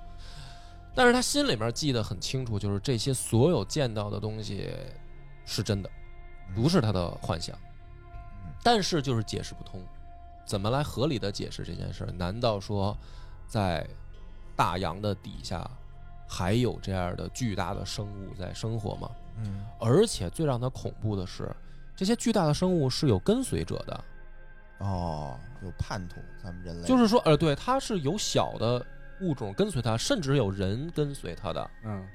[SPEAKER 2] 但是他心里面记得很清楚，就是这些所有见到的东西是真的，
[SPEAKER 3] 嗯
[SPEAKER 2] 不是他的幻想。但是就是解释不通，怎么来合理的解释这件事儿？难道说，在大洋的底下还有这样的巨大的生物在生活吗？
[SPEAKER 3] 嗯
[SPEAKER 2] 而且最让他恐怖的是，这些巨大的生物是有跟随者的，
[SPEAKER 3] 哦，有叛徒，咱们人类
[SPEAKER 2] 就是说，呃，对，它是有小的物种跟随它，甚至有人跟随它的。
[SPEAKER 4] 嗯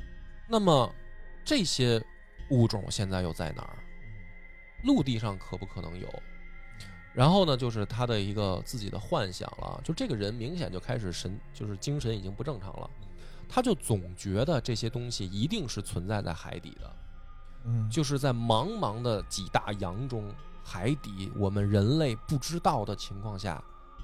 [SPEAKER 2] 那么这些物种现在又在哪儿？
[SPEAKER 3] 嗯
[SPEAKER 2] 陆地上可不可能有？然后呢，就是他的一个自己的幻想了，就这个人明显就开始神，就是精神已经不正常
[SPEAKER 3] 嗯
[SPEAKER 2] 了，他就总觉得这些东西一定是存在在海底的，
[SPEAKER 3] 嗯
[SPEAKER 2] 就是在茫茫的几大洋中，海底我们人类不知道的情况下，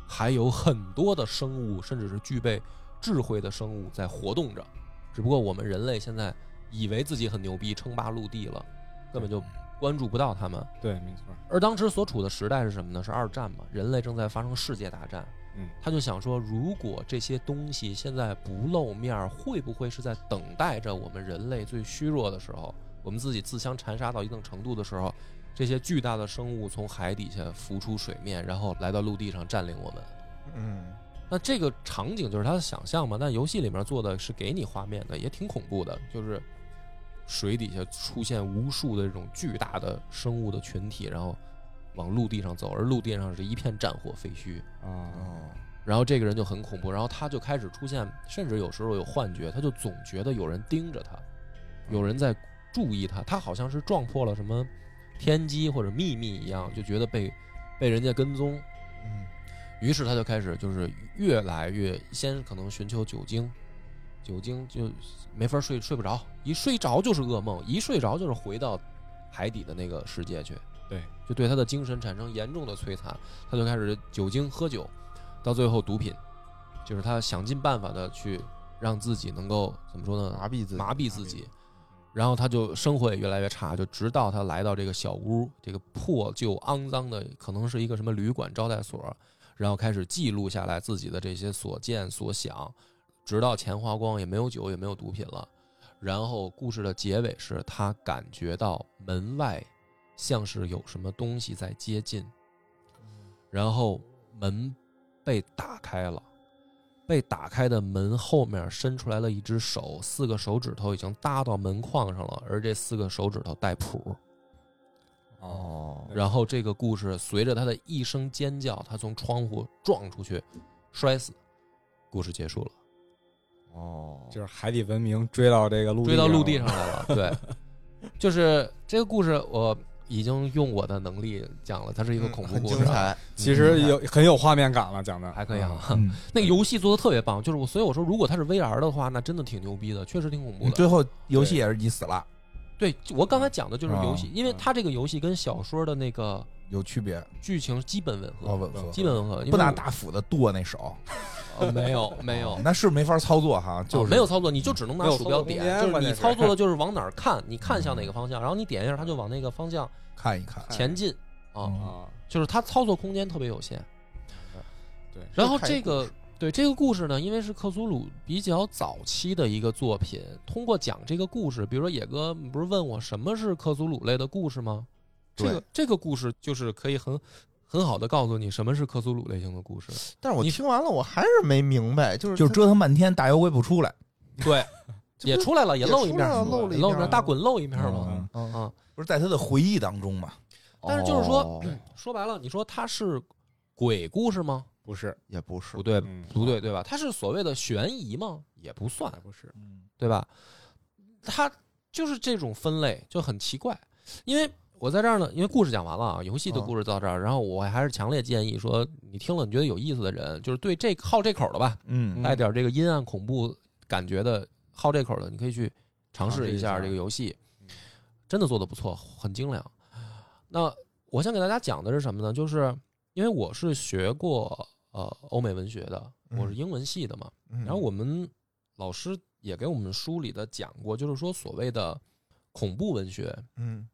[SPEAKER 2] 还有很多的生物，甚至是具备智慧的生物在活动着，只不过我们人类现在以为自己很牛逼，称霸陆地了，根本就关注不到他们。
[SPEAKER 4] 对，没错，
[SPEAKER 2] 而当时所处的时代是什么呢？是二战嘛，人类正在发生世界大战。
[SPEAKER 4] 嗯，
[SPEAKER 2] 他就想说，如果这些东西现在不露面儿，会不会是在等待着我们人类最虚弱的时候，我们自己自相残杀到一定程度的时候，这些巨大的生物从海底下浮出水面，然后来到陆地上占领我们？
[SPEAKER 3] 嗯，
[SPEAKER 2] 那这个场景就是他的想象嘛。但游戏里面做的是给你画面的，也挺恐怖的，就是水底下出现无数的这种巨大的生物的群体，然后往陆地上走，而陆地上是一片战火废墟。
[SPEAKER 4] 啊，
[SPEAKER 3] 哦，
[SPEAKER 2] 然后这个人就很恐怖，然后他就开始出现，甚至有时候有幻觉，他就总觉得有人盯着他，有人在注意他，他好像是撞破了什么天机或者秘密一样，就觉得被被人家跟踪，
[SPEAKER 3] 嗯，
[SPEAKER 2] 于是他就开始就是越来越先可能寻求酒精，酒精就没法睡，睡不着，一睡着就是噩梦，一睡着就是回到海底的那个世界去，
[SPEAKER 4] 对，
[SPEAKER 2] 就对他的精神产生严重的摧残，他就开始酒精喝酒，到最后毒品，就是他想尽办法的去让自己能够怎么说呢，
[SPEAKER 3] 麻痹自己，
[SPEAKER 2] 麻痹自己，然后他就生活也越来越差，就直到他来到这个小屋，这个破旧肮脏的，可能是一个什么旅馆招待所，然后开始记录下来自己的这些所见所想，直到钱花光，也没有酒，也没有毒品了。然后故事的结尾是他感觉到门外像是有什么东西在接近，然后门被打开了。被打开的门后面伸出来了一只手，四个手指头已经搭到门框上了，而这四个手指头带谱。
[SPEAKER 3] 哦，
[SPEAKER 4] 对
[SPEAKER 2] 然后这个故事随着他的一声尖叫，他从窗户撞出去，摔死。故事结束了，
[SPEAKER 3] 哦，
[SPEAKER 4] 就是海底文明追到这个陆
[SPEAKER 2] 追到陆地
[SPEAKER 4] 了
[SPEAKER 2] 上来 了。对，就是这个故事，我已经用我的能力讲了，它是一个
[SPEAKER 3] 嗯
[SPEAKER 2] 恐怖
[SPEAKER 3] 很
[SPEAKER 2] 故
[SPEAKER 3] 精
[SPEAKER 2] 事啊，
[SPEAKER 3] 彩，
[SPEAKER 4] 其实有很有画面感了，讲的
[SPEAKER 2] 还可以啊。
[SPEAKER 1] 嗯
[SPEAKER 2] 那个游戏做的特别棒，就是我，所以我说，如果它是 VR 的话，那真的挺牛逼的，确实挺恐怖的。
[SPEAKER 1] 最后游戏也是你死了，
[SPEAKER 2] 对，就我刚才讲的就是游戏，
[SPEAKER 1] 啊
[SPEAKER 2] 因为它这个游戏跟小说的那个
[SPEAKER 1] 有区别，
[SPEAKER 2] 剧情基本吻
[SPEAKER 1] 哦，
[SPEAKER 2] 合，
[SPEAKER 1] 吻合
[SPEAKER 2] 基本吻合，因为
[SPEAKER 1] 不拿
[SPEAKER 2] 我、
[SPEAKER 1] 大斧子剁那手，
[SPEAKER 2] 呃没有 没有。
[SPEAKER 1] 那是没法操作哈，就
[SPEAKER 2] 啊
[SPEAKER 1] 是
[SPEAKER 2] 没有操作，你就只能拿
[SPEAKER 4] 没有
[SPEAKER 2] 鼠标
[SPEAKER 4] 操作空
[SPEAKER 2] 点，
[SPEAKER 4] 间
[SPEAKER 2] 就是
[SPEAKER 4] 关
[SPEAKER 2] 你
[SPEAKER 4] 键是
[SPEAKER 2] 操作的就是往哪儿看，你看向哪个方向，然后你点一下，它就往那个方向
[SPEAKER 1] 看一看，
[SPEAKER 4] 哎
[SPEAKER 2] 前进啊，
[SPEAKER 1] 嗯
[SPEAKER 4] 啊，
[SPEAKER 2] 就是它操作空间特别有限。
[SPEAKER 4] 对
[SPEAKER 2] 然后
[SPEAKER 3] 就看一
[SPEAKER 2] 这个对这个故事呢，因为是克苏鲁比较早期的一个作品，通过讲这个故事，比如说野哥不是问我什么是克苏鲁类的故事吗？这个
[SPEAKER 3] 对
[SPEAKER 2] 这个故事就是可以很很好的告诉你什么是克苏鲁类型的故事。
[SPEAKER 3] 但是我
[SPEAKER 2] 你
[SPEAKER 3] 听完了，我还是没明白，就是
[SPEAKER 1] 就
[SPEAKER 3] 他
[SPEAKER 1] 折腾半天，大妖怪不出来，
[SPEAKER 2] 对，
[SPEAKER 3] 这
[SPEAKER 2] 也
[SPEAKER 3] 不是
[SPEAKER 2] 出来了，也
[SPEAKER 3] 也
[SPEAKER 2] 露
[SPEAKER 3] 出
[SPEAKER 2] 一面
[SPEAKER 3] 来
[SPEAKER 2] 儿，
[SPEAKER 3] 了露了一
[SPEAKER 2] 露
[SPEAKER 3] 面
[SPEAKER 2] 面儿
[SPEAKER 3] 儿
[SPEAKER 2] 大滚露一面儿嘛。
[SPEAKER 1] 嗯
[SPEAKER 3] 嗯
[SPEAKER 2] 啊，
[SPEAKER 1] 不是在他的回忆当中嘛？
[SPEAKER 2] 但是就是说
[SPEAKER 3] 哦
[SPEAKER 2] 说白了，你说它是鬼故事吗？
[SPEAKER 4] 不是，
[SPEAKER 3] 也不是
[SPEAKER 2] 不，对，
[SPEAKER 4] 嗯
[SPEAKER 2] 不对，对吧？它是所谓的悬疑吗？也不算
[SPEAKER 4] 还，不是，
[SPEAKER 3] 嗯
[SPEAKER 2] 对吧？它就是这种分类就很奇怪，因为我在这儿呢，因为故事讲完了啊，游戏的
[SPEAKER 3] 啊
[SPEAKER 2] 故事到这儿，然后我还是强烈建议说，你听了你觉得有意思的人，就是对这好这口的吧，
[SPEAKER 1] 嗯
[SPEAKER 2] 带点这个阴暗恐怖感觉的好这口的，你可以去尝试一下
[SPEAKER 4] 尝试一下
[SPEAKER 2] 这个游戏
[SPEAKER 4] 嗯，
[SPEAKER 2] 真的做的不错，很精良。那我想给大家讲的是什么呢？就是因为我是学过呃欧美文学的，
[SPEAKER 3] 嗯
[SPEAKER 2] 我是英文系的嘛，
[SPEAKER 3] 嗯
[SPEAKER 2] 然后我们老师也给我们书里的讲过，就是说所谓的恐怖文学，
[SPEAKER 3] 嗯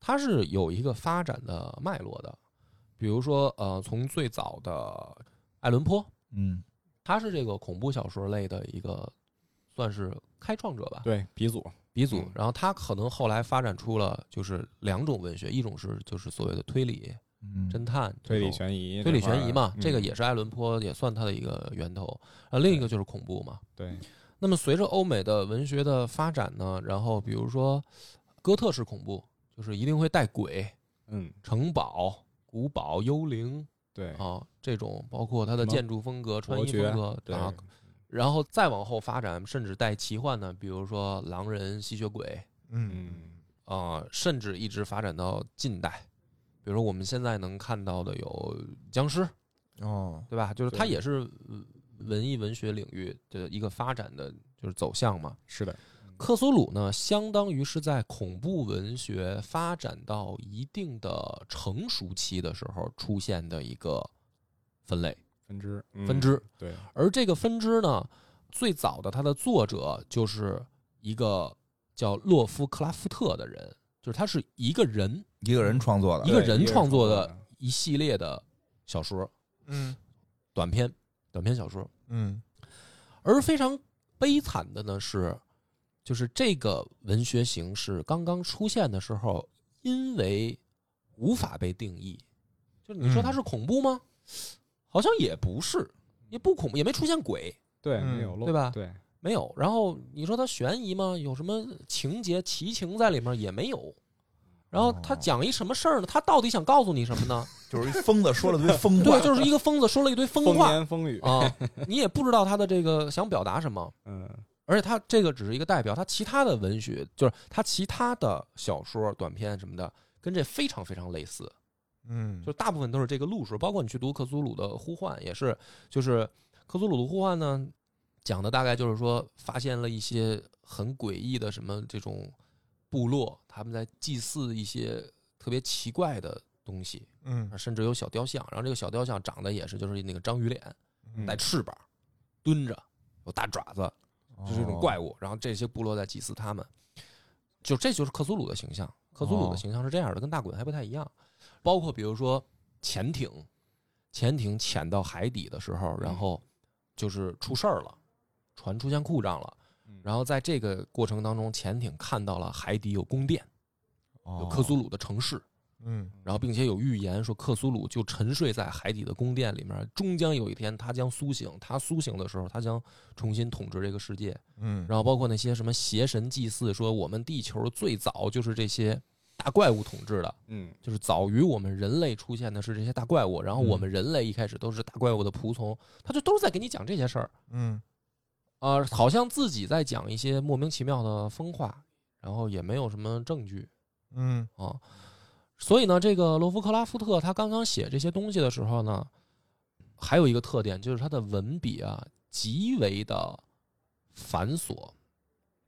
[SPEAKER 2] 它是有一个发展的脉络的。比如说，呃，从最早的爱伦坡，
[SPEAKER 1] 嗯，
[SPEAKER 2] 他是这个恐怖小说类的一个算是开创者吧，
[SPEAKER 4] 对鼻祖，
[SPEAKER 2] 鼻祖
[SPEAKER 4] 嗯。
[SPEAKER 2] 然后他可能后来发展出了就是两种文学，一种是就是所谓的推理、
[SPEAKER 1] 嗯
[SPEAKER 2] 侦探这
[SPEAKER 4] 推理
[SPEAKER 2] 种
[SPEAKER 4] 悬疑，
[SPEAKER 2] 推理
[SPEAKER 4] 这块儿
[SPEAKER 2] 悬疑嘛，
[SPEAKER 4] 嗯
[SPEAKER 2] 这个也是爱伦坡也算他的一个源头。呃，另一个就是恐怖嘛。
[SPEAKER 4] 对，
[SPEAKER 2] 那么随着欧美的文学的发展呢，然后比如说哥特式恐怖，就是一定会带鬼、
[SPEAKER 4] 嗯，
[SPEAKER 2] 城堡、古堡、幽灵
[SPEAKER 4] 对，
[SPEAKER 2] 啊这种，包括它的
[SPEAKER 4] 什么
[SPEAKER 2] 建筑风格、穿
[SPEAKER 4] 伯
[SPEAKER 2] 衣
[SPEAKER 4] 爵
[SPEAKER 2] 风格
[SPEAKER 4] 对，
[SPEAKER 2] 啊，然后再往后发展，甚至带奇幻的，比如说狼人、吸血鬼
[SPEAKER 3] 嗯
[SPEAKER 4] 嗯，
[SPEAKER 2] 啊、甚至一直发展到近代。比如说我们现在能看到的有僵尸，
[SPEAKER 3] 哦
[SPEAKER 2] 对吧？就是它
[SPEAKER 4] 对
[SPEAKER 2] 也是呃文艺文学领域的一个发展的就是走向嘛。
[SPEAKER 4] 是的，
[SPEAKER 2] 克苏鲁呢，相当于是在恐怖文学发展到一定的成熟期的时候出现的一个分类
[SPEAKER 4] 分支，嗯
[SPEAKER 2] 分支，
[SPEAKER 4] 对，
[SPEAKER 2] 而这个分支呢，最早的它的作者就是一个叫洛夫克拉夫特的人，就是他是一个人
[SPEAKER 1] 一个人创作的
[SPEAKER 2] 一，个
[SPEAKER 4] 对
[SPEAKER 2] 人创作的
[SPEAKER 4] 创作
[SPEAKER 2] 一系列的小说
[SPEAKER 3] 嗯
[SPEAKER 2] 短篇短篇小说，
[SPEAKER 3] 嗯
[SPEAKER 2] 而非常悲惨的呢是，就是这个文学形式刚刚出现的时候，因为无法被定义，就是你说
[SPEAKER 3] 嗯
[SPEAKER 2] 它是恐怖吗？好像也不是，也不恐怖，也没出现鬼，
[SPEAKER 4] 对，
[SPEAKER 3] 嗯
[SPEAKER 4] 没有漏，
[SPEAKER 2] 对吧
[SPEAKER 4] 对，
[SPEAKER 2] 没有。然后你说它悬疑吗？有什么情节奇情在里面也没有。然后他讲一什么事儿呢？他到底想告诉你什么呢？
[SPEAKER 1] 就是一疯子说了堆疯话
[SPEAKER 2] 对，，就是一个疯子说了一堆疯
[SPEAKER 4] 风
[SPEAKER 2] 话
[SPEAKER 4] 言风语，
[SPEAKER 2] 啊，你也不知道他的这个想表达什么。
[SPEAKER 4] 嗯，
[SPEAKER 2] 而且他这个只是一个代表，他其他的文学就是他其他的小说、短篇什么的，跟这非常非常类似，
[SPEAKER 3] 嗯
[SPEAKER 2] 就是大部分都是这个路数。包括你去读克苏鲁的呼唤，也是，就是克苏鲁的呼唤呢，讲的大概就是说发现了一些很诡异的什么这种部落，他们在祭祀一些特别奇怪的东西，
[SPEAKER 3] 嗯
[SPEAKER 2] 甚至有小雕像，然后这个小雕像长得也是就是那个章鱼脸，
[SPEAKER 4] 嗯
[SPEAKER 2] 带翅膀，蹲着，有大爪子。就是这
[SPEAKER 1] 哦
[SPEAKER 2] 种怪物，然后这些部落在祭祀他们，就这就是克苏鲁的形象。克苏鲁
[SPEAKER 1] 哦
[SPEAKER 2] 的形象是这样的，跟大滚还不太一样。包括比如说潜艇，潜艇潜到海底的时候，
[SPEAKER 1] 嗯
[SPEAKER 2] 然后就是出事儿了，船出现故障了，
[SPEAKER 4] 嗯
[SPEAKER 2] 然后在这个过程当中，潜艇看到了海底有宫殿，
[SPEAKER 1] 哦，
[SPEAKER 2] 有克苏鲁的城市，
[SPEAKER 3] 嗯
[SPEAKER 2] 然后并且有预言说克苏鲁就沉睡在海底的宫殿里面，终将有一天他将苏醒，他苏醒的时候，他将重新统治这个世界。
[SPEAKER 3] 嗯，
[SPEAKER 2] 然后包括那些什么邪神祭祀，说我们地球最早就是这些大怪物统治的，
[SPEAKER 4] 嗯
[SPEAKER 2] 就是早于我们人类出现的是这些大怪物，然后我们人类一开始都是大怪物的仆从，他就都是在给你讲这些事儿
[SPEAKER 3] 嗯
[SPEAKER 2] 啊、好像自己在讲一些莫名其妙的疯话，然后也没有什么证据
[SPEAKER 3] 嗯
[SPEAKER 2] 啊。所以呢，这个罗夫克拉夫特他刚刚写这些东西的时候呢，还有一个特点就是他的文笔啊极为的繁琐。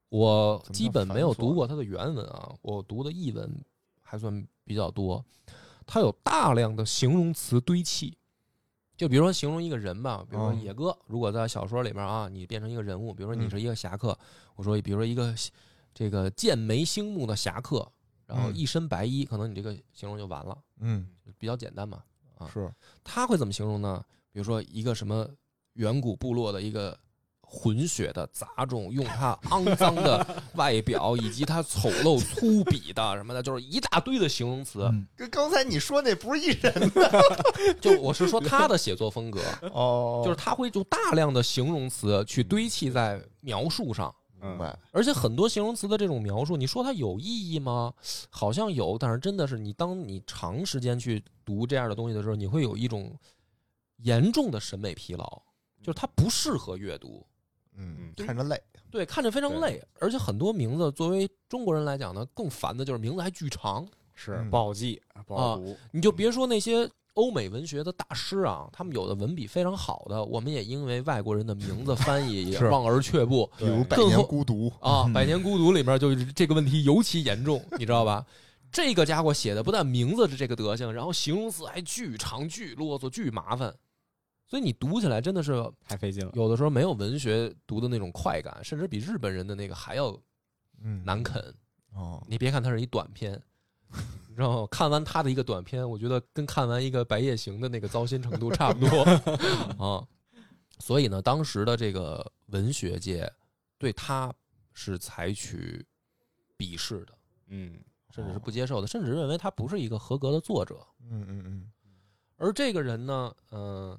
[SPEAKER 2] 我
[SPEAKER 3] 怎么叫
[SPEAKER 2] 基本没有
[SPEAKER 3] 繁琐
[SPEAKER 2] 读过他的原文啊，我读的译文还算比较多。他有大量的形容词堆砌，就比如说形容一个人吧，比如说
[SPEAKER 3] 嗯
[SPEAKER 2] 野哥，如果在小说里面啊，你变成一个人物，比如说你
[SPEAKER 3] 嗯
[SPEAKER 2] 是一个侠客，我说比如说一个这个剑眉星目的侠客，然后
[SPEAKER 3] 嗯
[SPEAKER 2] 一身白衣，可能你这个形容就完了，
[SPEAKER 3] 嗯
[SPEAKER 2] 比较简单嘛。啊
[SPEAKER 3] 是
[SPEAKER 2] 他会怎么形容呢？比如说一个什么远古部落的一个混血的杂种，用他肮脏的外表以及他丑陋粗鄙的什么的，就是一大堆的形容 词。
[SPEAKER 1] 嗯
[SPEAKER 3] 跟刚才你说那不是一人
[SPEAKER 2] 就我是说他的写作风格，
[SPEAKER 3] 哦
[SPEAKER 2] 就是他会用大量的形容词去堆砌在描述上。
[SPEAKER 3] 明
[SPEAKER 4] 嗯，
[SPEAKER 3] 白，
[SPEAKER 2] 而且很多形容词的这种描述，你说它有意义吗？好像有，但是真的是你当你长时间去读这样的东西的时候，你会有一种严重的审美疲劳，就是它不适合阅读，
[SPEAKER 3] 嗯，
[SPEAKER 2] 嗯
[SPEAKER 3] 看着累，
[SPEAKER 2] 对，看着非常累。而且很多名字作为中国人来讲呢，更烦的就是名字还巨长。
[SPEAKER 4] 是
[SPEAKER 3] 嗯
[SPEAKER 4] 不好记，不
[SPEAKER 2] 哦
[SPEAKER 4] 好读，
[SPEAKER 2] 你就别说那些欧美文学的大师啊，他们有的文笔非常好的，我们也因为外国人的名字翻译也
[SPEAKER 3] 是
[SPEAKER 2] 望而却步。
[SPEAKER 3] 比如《百
[SPEAKER 2] 更
[SPEAKER 3] 年
[SPEAKER 2] 后
[SPEAKER 3] 孤独》
[SPEAKER 2] 啊，《百年孤独》里面就是这个问题尤其严重，你知道吧？这个家伙写的不但名字是这个德行，然后形容词还巨长、巨啰嗦、巨麻烦，所以你读起来真的是
[SPEAKER 4] 太费劲了，
[SPEAKER 2] 有的时候没有文学读的那种快感，甚至比日本人的那个还要
[SPEAKER 3] 嗯
[SPEAKER 2] 难啃。
[SPEAKER 3] 哦，
[SPEAKER 2] 你别看它是一短篇，你知道吗？看完他的一个短篇，我觉得跟看完一个《白夜行》的那个糟心程度差不多 啊。所以呢，当时的这个文学界对他是采取鄙视的，
[SPEAKER 4] 嗯
[SPEAKER 2] 甚至是不接受的，甚至认为他不是一个合格的作者。
[SPEAKER 3] 嗯嗯嗯
[SPEAKER 2] 而这个人呢，嗯、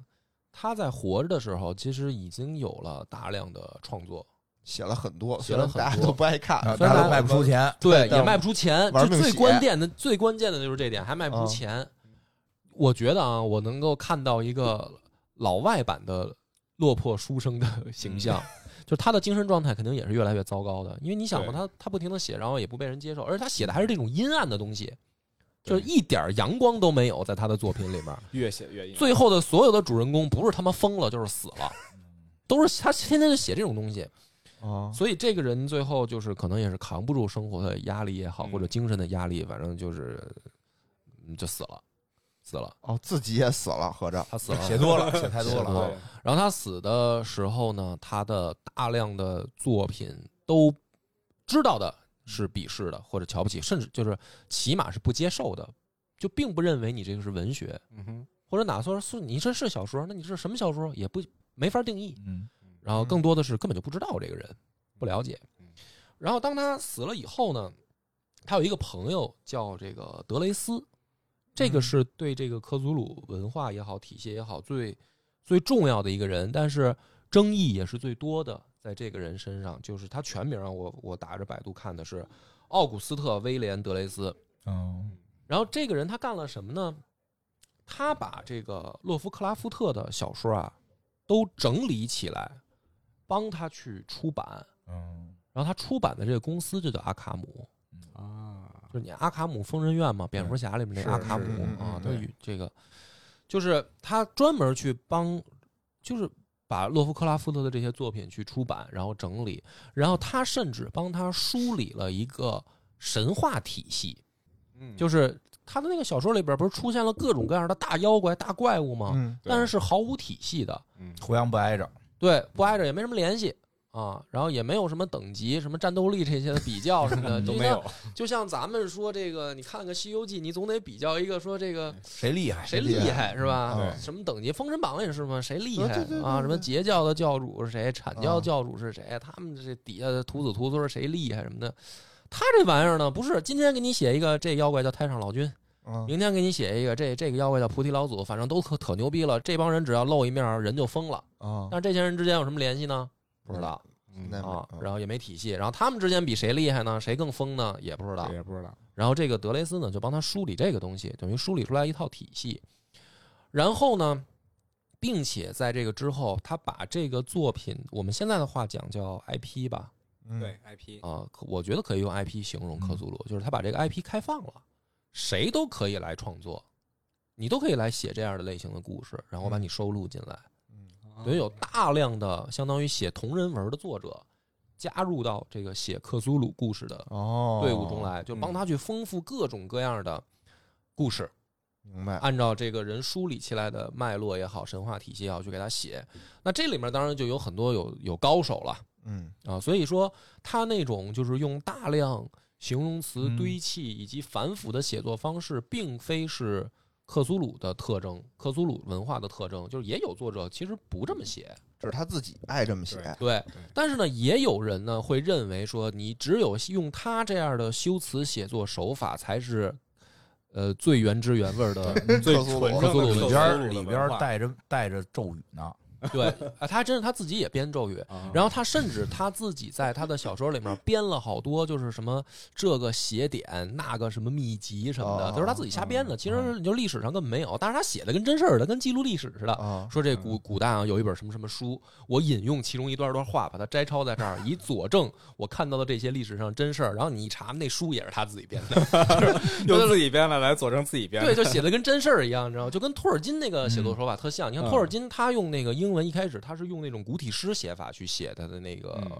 [SPEAKER 2] 他在活着的时候，其实已经有了大量的创作，
[SPEAKER 3] 写了很多，
[SPEAKER 2] 写了很多
[SPEAKER 3] 虽然大家都不爱看，
[SPEAKER 1] 啊
[SPEAKER 2] 虽然
[SPEAKER 1] 大家
[SPEAKER 2] 大家
[SPEAKER 1] 都卖不出，钱，
[SPEAKER 2] 对，
[SPEAKER 3] 但
[SPEAKER 2] 也卖不出钱。
[SPEAKER 3] 玩
[SPEAKER 2] 这
[SPEAKER 3] 命
[SPEAKER 2] 最
[SPEAKER 3] 写
[SPEAKER 2] 关键的、最关键的就是这点，还卖不
[SPEAKER 3] 啊
[SPEAKER 2] 出钱。我觉得啊，我能够看到一个老外版的落魄书生的
[SPEAKER 3] 嗯
[SPEAKER 2] 形象，就是他的精神状态肯定也是越来越糟糕的。因为你想嘛，
[SPEAKER 4] 对
[SPEAKER 2] 他他不停的写，然后也不被人接受，而且他写的还是这种阴暗的东西，就
[SPEAKER 4] 对
[SPEAKER 2] 是一点阳光都没有，在他的作品里面。
[SPEAKER 4] 越写越硬，
[SPEAKER 2] 最后的所有的主人公不是他妈疯了就是死了，
[SPEAKER 3] 嗯
[SPEAKER 2] 都是他天天就写这种东西。
[SPEAKER 3] 哦，
[SPEAKER 2] 所以这个人最后就是可能也是扛不住生活的压力也好，
[SPEAKER 4] 嗯
[SPEAKER 2] 或者精神的压力，反正就是嗯就死了。死了，
[SPEAKER 3] 哦，自己也死了，合着
[SPEAKER 2] 他死了。
[SPEAKER 1] 写多了，写太多
[SPEAKER 4] 啊
[SPEAKER 2] 写多
[SPEAKER 1] 了
[SPEAKER 2] 了。然后他死的时候呢，他的大量的作品都知道的是鄙视的或者瞧不起，甚至就是起码是不接受的，就并不认为你这个是文学，
[SPEAKER 4] 嗯哼，
[SPEAKER 2] 或者哪怕说是你这是小说，那你这是什么小说也不没法定义。
[SPEAKER 1] 嗯
[SPEAKER 2] 然后更多的是根本就不知道这个人，不了解
[SPEAKER 4] 嗯。
[SPEAKER 2] 然后当他死了以后呢，他有一个朋友叫这个德雷斯，这个是对这个科祖鲁文化也好、体系也好最最重要的一个人，但是争议也是最多的。在这个人身上，就是他全名啊，我我打着百度看的是奥古斯特·威廉·德雷斯。
[SPEAKER 1] 嗯
[SPEAKER 2] 然后这个人他干了什么呢？他把这个洛夫克拉夫特的小说啊都整理起来，帮他去出版。
[SPEAKER 1] 嗯
[SPEAKER 2] 然后他出版的这个公司就叫阿卡姆，
[SPEAKER 4] 啊，
[SPEAKER 2] 就是你阿卡姆疯人院嘛，蝙蝠侠里面那
[SPEAKER 1] 是
[SPEAKER 2] 阿卡
[SPEAKER 1] 是
[SPEAKER 2] 姆
[SPEAKER 3] 嗯
[SPEAKER 2] 啊
[SPEAKER 3] 嗯，
[SPEAKER 2] 他
[SPEAKER 3] 对
[SPEAKER 2] 与这个就是他专门去帮，就是把洛夫克拉夫特的这些作品去出版，然后整理，然后他甚至帮他梳理了一个神话体系，
[SPEAKER 4] 嗯
[SPEAKER 2] 就是他的那个小说里边不是出现了各种各样的大妖怪、大怪物吗？
[SPEAKER 3] 嗯，
[SPEAKER 2] 但是是毫无体系的，
[SPEAKER 4] 嗯
[SPEAKER 1] 互相不挨着，
[SPEAKER 2] 对，不挨着也没什么联系啊，然后也没有什么等级、什么战斗力这些的比较什么 的
[SPEAKER 4] 都没。有
[SPEAKER 2] 就，像就像咱们说这个，你看个《西游记》，你总得比较一个说这个
[SPEAKER 1] 谁厉害
[SPEAKER 2] 谁
[SPEAKER 3] 哎厉
[SPEAKER 2] 厉
[SPEAKER 3] 害嗯
[SPEAKER 2] 害是吧？
[SPEAKER 3] 对
[SPEAKER 2] 什么等级？《封神榜》也是嘛，谁厉害
[SPEAKER 3] 啊对对对
[SPEAKER 2] 啊？什么
[SPEAKER 3] 对
[SPEAKER 2] 截教的教主是谁？阐
[SPEAKER 3] 啊
[SPEAKER 2] 教教主是谁？他们这底下的徒子徒孙谁厉害什么的？他这玩意儿呢，不是今天给你写一个这妖怪叫太上老君，
[SPEAKER 3] 嗯
[SPEAKER 2] 明天给你写一个这这个妖怪叫菩提老祖，反正都可特牛逼了。这帮人只要露一面儿，人就疯了。
[SPEAKER 3] 啊，
[SPEAKER 2] 但是这些人之间有什么联系呢？不知道
[SPEAKER 4] 嗯
[SPEAKER 3] 那
[SPEAKER 2] 啊
[SPEAKER 3] 嗯，
[SPEAKER 2] 然后也没体系，然后他们之间比谁厉害呢？谁更疯呢？也不知道
[SPEAKER 4] 这。也不知道，
[SPEAKER 2] 然后这个德雷斯呢，就帮他梳理这个东西，等于梳理出来一套体系。然后呢，并且在这个之后，他把这个作品，我们现在的话讲叫 IP 吧，
[SPEAKER 3] 嗯
[SPEAKER 4] 对 IP，
[SPEAKER 2] 啊、可我觉得可以用 IP 形容科
[SPEAKER 1] 嗯
[SPEAKER 2] 苏鲁，就是他把这个 IP 开放了，谁都可以来创作，你都可以来写这样的类型的故事，然后把你收录进来。
[SPEAKER 3] 嗯
[SPEAKER 4] 啊哦
[SPEAKER 2] 等于有大量的相当于写同人文的作者加入到这个写克苏鲁故事的
[SPEAKER 3] 哦，
[SPEAKER 2] 队伍中，来，就
[SPEAKER 4] 嗯
[SPEAKER 2] 帮他去丰富各种各样的故事，
[SPEAKER 3] 明白，
[SPEAKER 2] 按照这个人梳理起来的脉络也好，神话体系也好，去给他写。那这里面当然就有很多有有高手了
[SPEAKER 3] 嗯
[SPEAKER 2] 啊，所以说他那种就是用大量形容词
[SPEAKER 1] 嗯
[SPEAKER 2] 堆砌以及繁复的写作方式，并非是。克苏鲁的特征，克苏鲁文化的特征，就是也有作者其实不这么写，
[SPEAKER 3] 这是他自己爱这么写，
[SPEAKER 2] 对，但是呢，也有人呢会认为说，你只有用他这样的修辞写作手法才是，呃，最原汁原味儿的。
[SPEAKER 4] 最
[SPEAKER 3] 克苏鲁
[SPEAKER 4] 纯
[SPEAKER 2] 克苏鲁
[SPEAKER 1] 里边
[SPEAKER 2] 里
[SPEAKER 4] 正的克苏
[SPEAKER 1] 儿
[SPEAKER 4] 鲁的
[SPEAKER 1] 里
[SPEAKER 4] 文
[SPEAKER 1] 边儿
[SPEAKER 4] 化
[SPEAKER 1] 带着带着咒语呢，
[SPEAKER 2] 对啊，他还真是他自己也编咒语，
[SPEAKER 4] 啊
[SPEAKER 2] 然后他甚至他自己在他的小说里面编了好多，就是什么这个邪典、那个什么秘籍什么的，
[SPEAKER 3] 哦
[SPEAKER 2] 都是他自己瞎编的。其实你就历史上根本没有，但是他写的跟真事儿的，跟记录历史似的。
[SPEAKER 3] 啊，
[SPEAKER 2] 说这古古代啊有一本什么什么书，我引用其中一段段话，把它摘抄在这儿，以佐证我看到的这些历史上真事儿。然后你一查，那书也是他自己编的，
[SPEAKER 4] 用自己编的来佐证自己编
[SPEAKER 2] 对，
[SPEAKER 4] 的，
[SPEAKER 2] 就写的跟真事儿一样，你知道吗？就跟托尔金那个写作手法特像。你看
[SPEAKER 4] 嗯
[SPEAKER 2] 托尔金他用那个英文，一开始他是用那种古体诗写法去写他的那个，
[SPEAKER 4] 嗯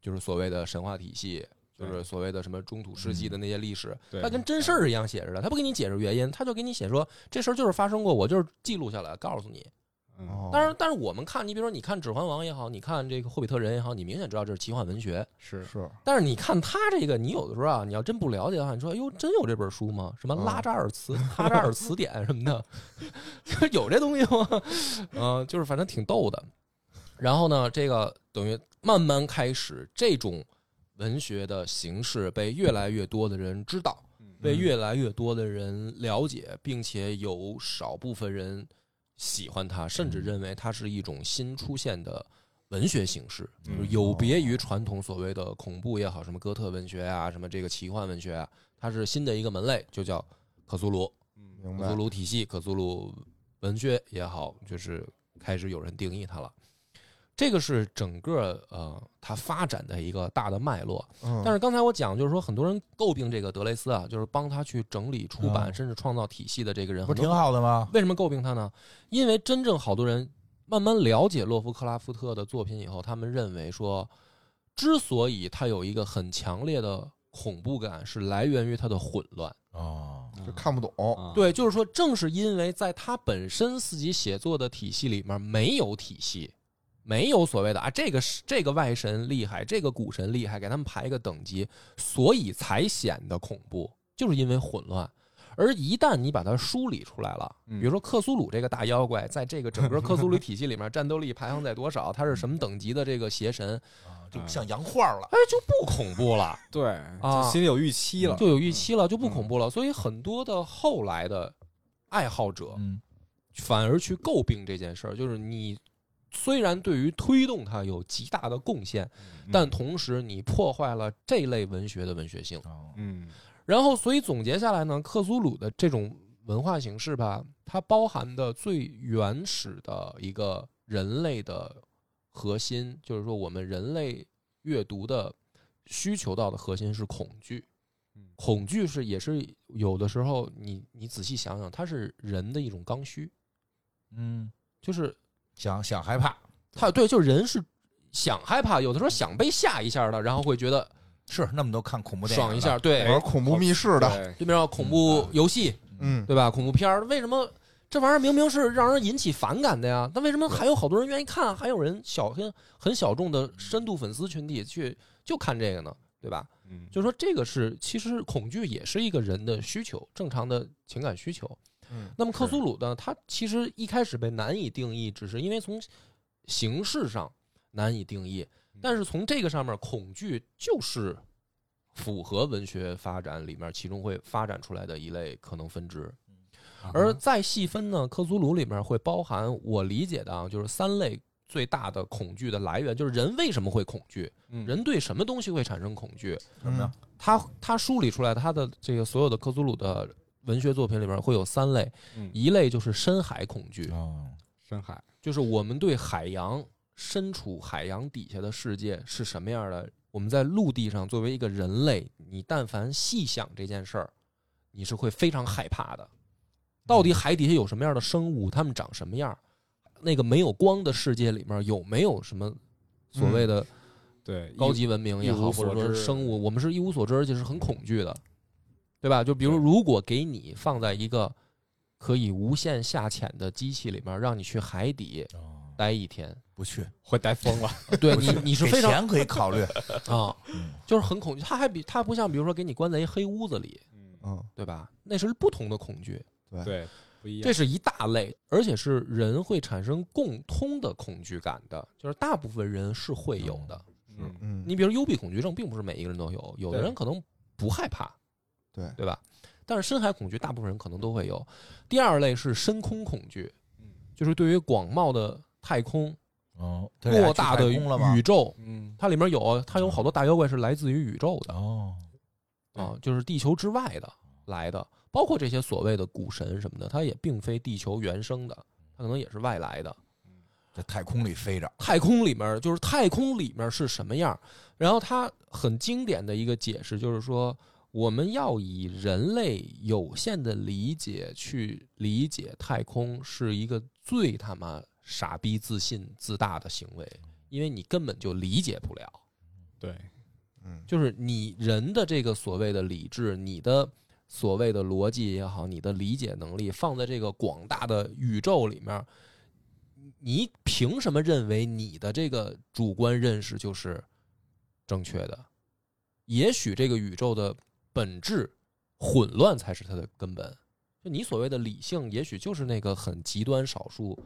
[SPEAKER 2] 就是所谓的神话体系。呃就
[SPEAKER 4] 对嗯
[SPEAKER 2] 是所谓的什么中土世纪的那些历史，
[SPEAKER 4] 对
[SPEAKER 2] 他跟真事儿一样写着的，他不给你解释原因，他就给你写说这事儿就是发生过，我就是记录下来，告诉你。
[SPEAKER 3] 哦
[SPEAKER 4] 嗯
[SPEAKER 2] 当然，但是我们看，你比如说，你看《指环王》也好，你看这个《霍比特人》也好，你明显知道这是奇幻文学。
[SPEAKER 4] 是
[SPEAKER 3] 是
[SPEAKER 2] 但是你看他这个，你有的时候啊，你要真不了解的话，你说哎呦，真有这本书吗？什么
[SPEAKER 3] 嗯
[SPEAKER 2] 拉扎尔词、 哈扎尔词典什么的，就是有这东西吗？嗯、就是反正挺逗的。然后呢，这个等于慢慢开始这种文学的形式被越来越多的人知道，
[SPEAKER 4] 嗯
[SPEAKER 2] 被嗯越来越多的人了解，并且有少部分人喜欢它，甚至认为它是一种新出现的文学形式，
[SPEAKER 4] 嗯
[SPEAKER 2] 就是有别于传统所谓的恐怖也好，什么哥特文学啊，什么这个奇幻文学啊，它是新的一个门类，就叫克苏鲁、
[SPEAKER 4] 嗯
[SPEAKER 3] 明
[SPEAKER 2] 克
[SPEAKER 3] 白
[SPEAKER 2] 苏，鲁体系、克苏鲁文学也好，就是开始有人定义它了。这个是整个呃它发展的一个大的脉络。
[SPEAKER 3] 嗯
[SPEAKER 2] 但是刚才我讲，就是说很多人诟病这个德雷斯啊，就是帮他去整理、出版，
[SPEAKER 1] 嗯
[SPEAKER 2] 甚至创造体系的这个人，
[SPEAKER 1] 不
[SPEAKER 2] 很
[SPEAKER 1] 是
[SPEAKER 2] 多
[SPEAKER 1] 挺。好的吗？
[SPEAKER 2] 为什么诟病他呢？因为真正好多人慢慢了解洛夫克拉夫特的作品以后，他们认为说，之所以他有一个很强烈的恐怖感是来源于它的混乱。
[SPEAKER 1] 哦，
[SPEAKER 3] 就看不懂，
[SPEAKER 4] 啊，
[SPEAKER 2] 对，就是说，正是因为在他本身自己写作的体系里面没有体系，没有所谓的啊，这个是这个外神厉害，这个古神厉害，给他们排一个等级，所以才显得恐怖，就是因为混乱。而一旦你把它梳理出来了，比如说克苏鲁这个大妖怪，在这个整个克苏 鲁体系里面战斗力排行在多少，他是什么等级的这个邪神，
[SPEAKER 1] 啊就像洋画了。
[SPEAKER 2] 哎，就不恐怖了。嗯
[SPEAKER 4] 对，
[SPEAKER 2] 啊嗯
[SPEAKER 4] 就心里有预期了，嗯
[SPEAKER 2] 就有预期了，就不恐怖了。所以很多的后来的爱好者
[SPEAKER 1] 嗯
[SPEAKER 2] 反而去诟病这件事儿，就是你虽然对于推动它有极大的贡献，
[SPEAKER 4] 嗯
[SPEAKER 2] 但同时你破坏了这类文学的文学性。
[SPEAKER 1] 哦
[SPEAKER 4] 嗯
[SPEAKER 2] 然后，所以总结下来呢，克苏鲁的这种文化形式吧，它包含的最原始的一个人类的核心，就是说我们人类阅读的需求到的核心是恐惧
[SPEAKER 4] 嗯。
[SPEAKER 2] 恐惧是也是有的时候你你仔细想想，它是人的一种刚需，
[SPEAKER 1] 嗯，
[SPEAKER 2] 就是
[SPEAKER 1] 想想害怕
[SPEAKER 2] 他对，就是人是想害怕，有的时候想被吓一下的，然后会觉得
[SPEAKER 1] 是那么多看恐怖电影
[SPEAKER 2] 爽
[SPEAKER 1] 的
[SPEAKER 2] 一下，，对，
[SPEAKER 3] 玩哦恐怖密室的，
[SPEAKER 4] 对
[SPEAKER 2] 对面有恐怖游戏，
[SPEAKER 3] 嗯，
[SPEAKER 2] 对吧？恐怖片儿为什么这玩意儿明明是让人引起反感的呀？但为什么还有好多人愿意看？还有人小很很小众的深度粉丝群体去就看这个呢？对吧？
[SPEAKER 4] 嗯，
[SPEAKER 2] 就是说，这个是其实恐惧也是一个人的需求，正常的情感需求。
[SPEAKER 3] 嗯，
[SPEAKER 2] 那么克苏鲁呢？它其实一开始被难以定义，只是因为从形式上难以定义，但是从这个上面，恐惧就是符合文学发展里面其中会发展出来的一类可能分支。
[SPEAKER 1] 嗯
[SPEAKER 2] 而再细分呢，克苏鲁里面会包含我理解的啊，就是三类最大的恐惧的来源，就是人为什么会恐惧，
[SPEAKER 4] 嗯
[SPEAKER 2] 人对什么东西会产生恐惧。
[SPEAKER 1] 什
[SPEAKER 3] 嗯
[SPEAKER 1] 么呀？
[SPEAKER 2] 他他梳理出来他的这个所有的克苏鲁的文学作品里面会有三类，
[SPEAKER 4] 嗯
[SPEAKER 2] 一类就是深海恐惧，
[SPEAKER 1] 哦，
[SPEAKER 4] 深海，
[SPEAKER 2] 就是我们对海洋身处海洋底下的世界是什么样的。我们在陆地上作为一个人类，你但凡细想这件事儿，你是会非常害怕的。到底海底下有什么样的生物？它们长什么样？那个没有光的世界里面有没有什么所谓的
[SPEAKER 4] 对，
[SPEAKER 2] 高级文明也
[SPEAKER 4] 一
[SPEAKER 2] 好，或
[SPEAKER 4] 无所
[SPEAKER 2] 者说
[SPEAKER 4] 知
[SPEAKER 2] 生物，我们是一无所知，而且是很恐惧的，对吧？就比如，如果给你放在一个可以无限下潜的机器里面，让你去海 底
[SPEAKER 1] 哦
[SPEAKER 2] 待一天，
[SPEAKER 1] 不去，
[SPEAKER 4] 会呆疯 了，
[SPEAKER 2] 对你你是
[SPEAKER 1] 给
[SPEAKER 2] 非常
[SPEAKER 1] 钱可以考虑。
[SPEAKER 2] 啊
[SPEAKER 1] 嗯，
[SPEAKER 2] 就是很恐惧。它还比它不像，比如说给你关在一黑屋子里，
[SPEAKER 4] 嗯，
[SPEAKER 3] 嗯，
[SPEAKER 2] 对吧？那是不同的恐惧，
[SPEAKER 4] 对，不一样，
[SPEAKER 2] 这是一大类，而且是人会产生共通的恐惧感的，就是大部分人是会有的。
[SPEAKER 4] 嗯
[SPEAKER 3] 嗯，
[SPEAKER 2] 你比如幽闭恐惧症，并不是每一个人都有，有的
[SPEAKER 4] 对
[SPEAKER 2] 人可能不害怕，
[SPEAKER 3] 对
[SPEAKER 2] 对吧？但是深海恐惧，大部分人可能都会有。第二类是深空恐惧，
[SPEAKER 4] 嗯
[SPEAKER 2] 就是对于广袤的太空、
[SPEAKER 1] 哦，他俩
[SPEAKER 2] 偌
[SPEAKER 1] 去
[SPEAKER 2] 大
[SPEAKER 1] 太
[SPEAKER 2] 的
[SPEAKER 1] 空了吗
[SPEAKER 2] 宇？宙，
[SPEAKER 4] 嗯
[SPEAKER 2] 它里面有啊它有好多大妖怪是来自于宇宙的
[SPEAKER 1] 哦，
[SPEAKER 2] 啊，就是地球之外的来的，包括这些所谓的古神什么的，它也并非地球原生的，它可能也是外来的。
[SPEAKER 1] 在太空里飞着，
[SPEAKER 2] 太空里面就是太空里面是什么样儿。然后他很经典的一个解释就是说，我们要以人类有限的理解去理解太空，是一个最他妈傻逼、自信、自大的行为，因为你根本就理解不了。
[SPEAKER 4] 对，
[SPEAKER 3] 嗯，
[SPEAKER 2] 就是你人的这个所谓的理智，你的所谓的逻辑也好，你的理解能力放在这个广大的宇宙里面，你凭什么认为你的这个主观认识就是正确的？也许这个宇宙的本质混乱才是它的根本。就你所谓的理性，也许就是那个很极端少数，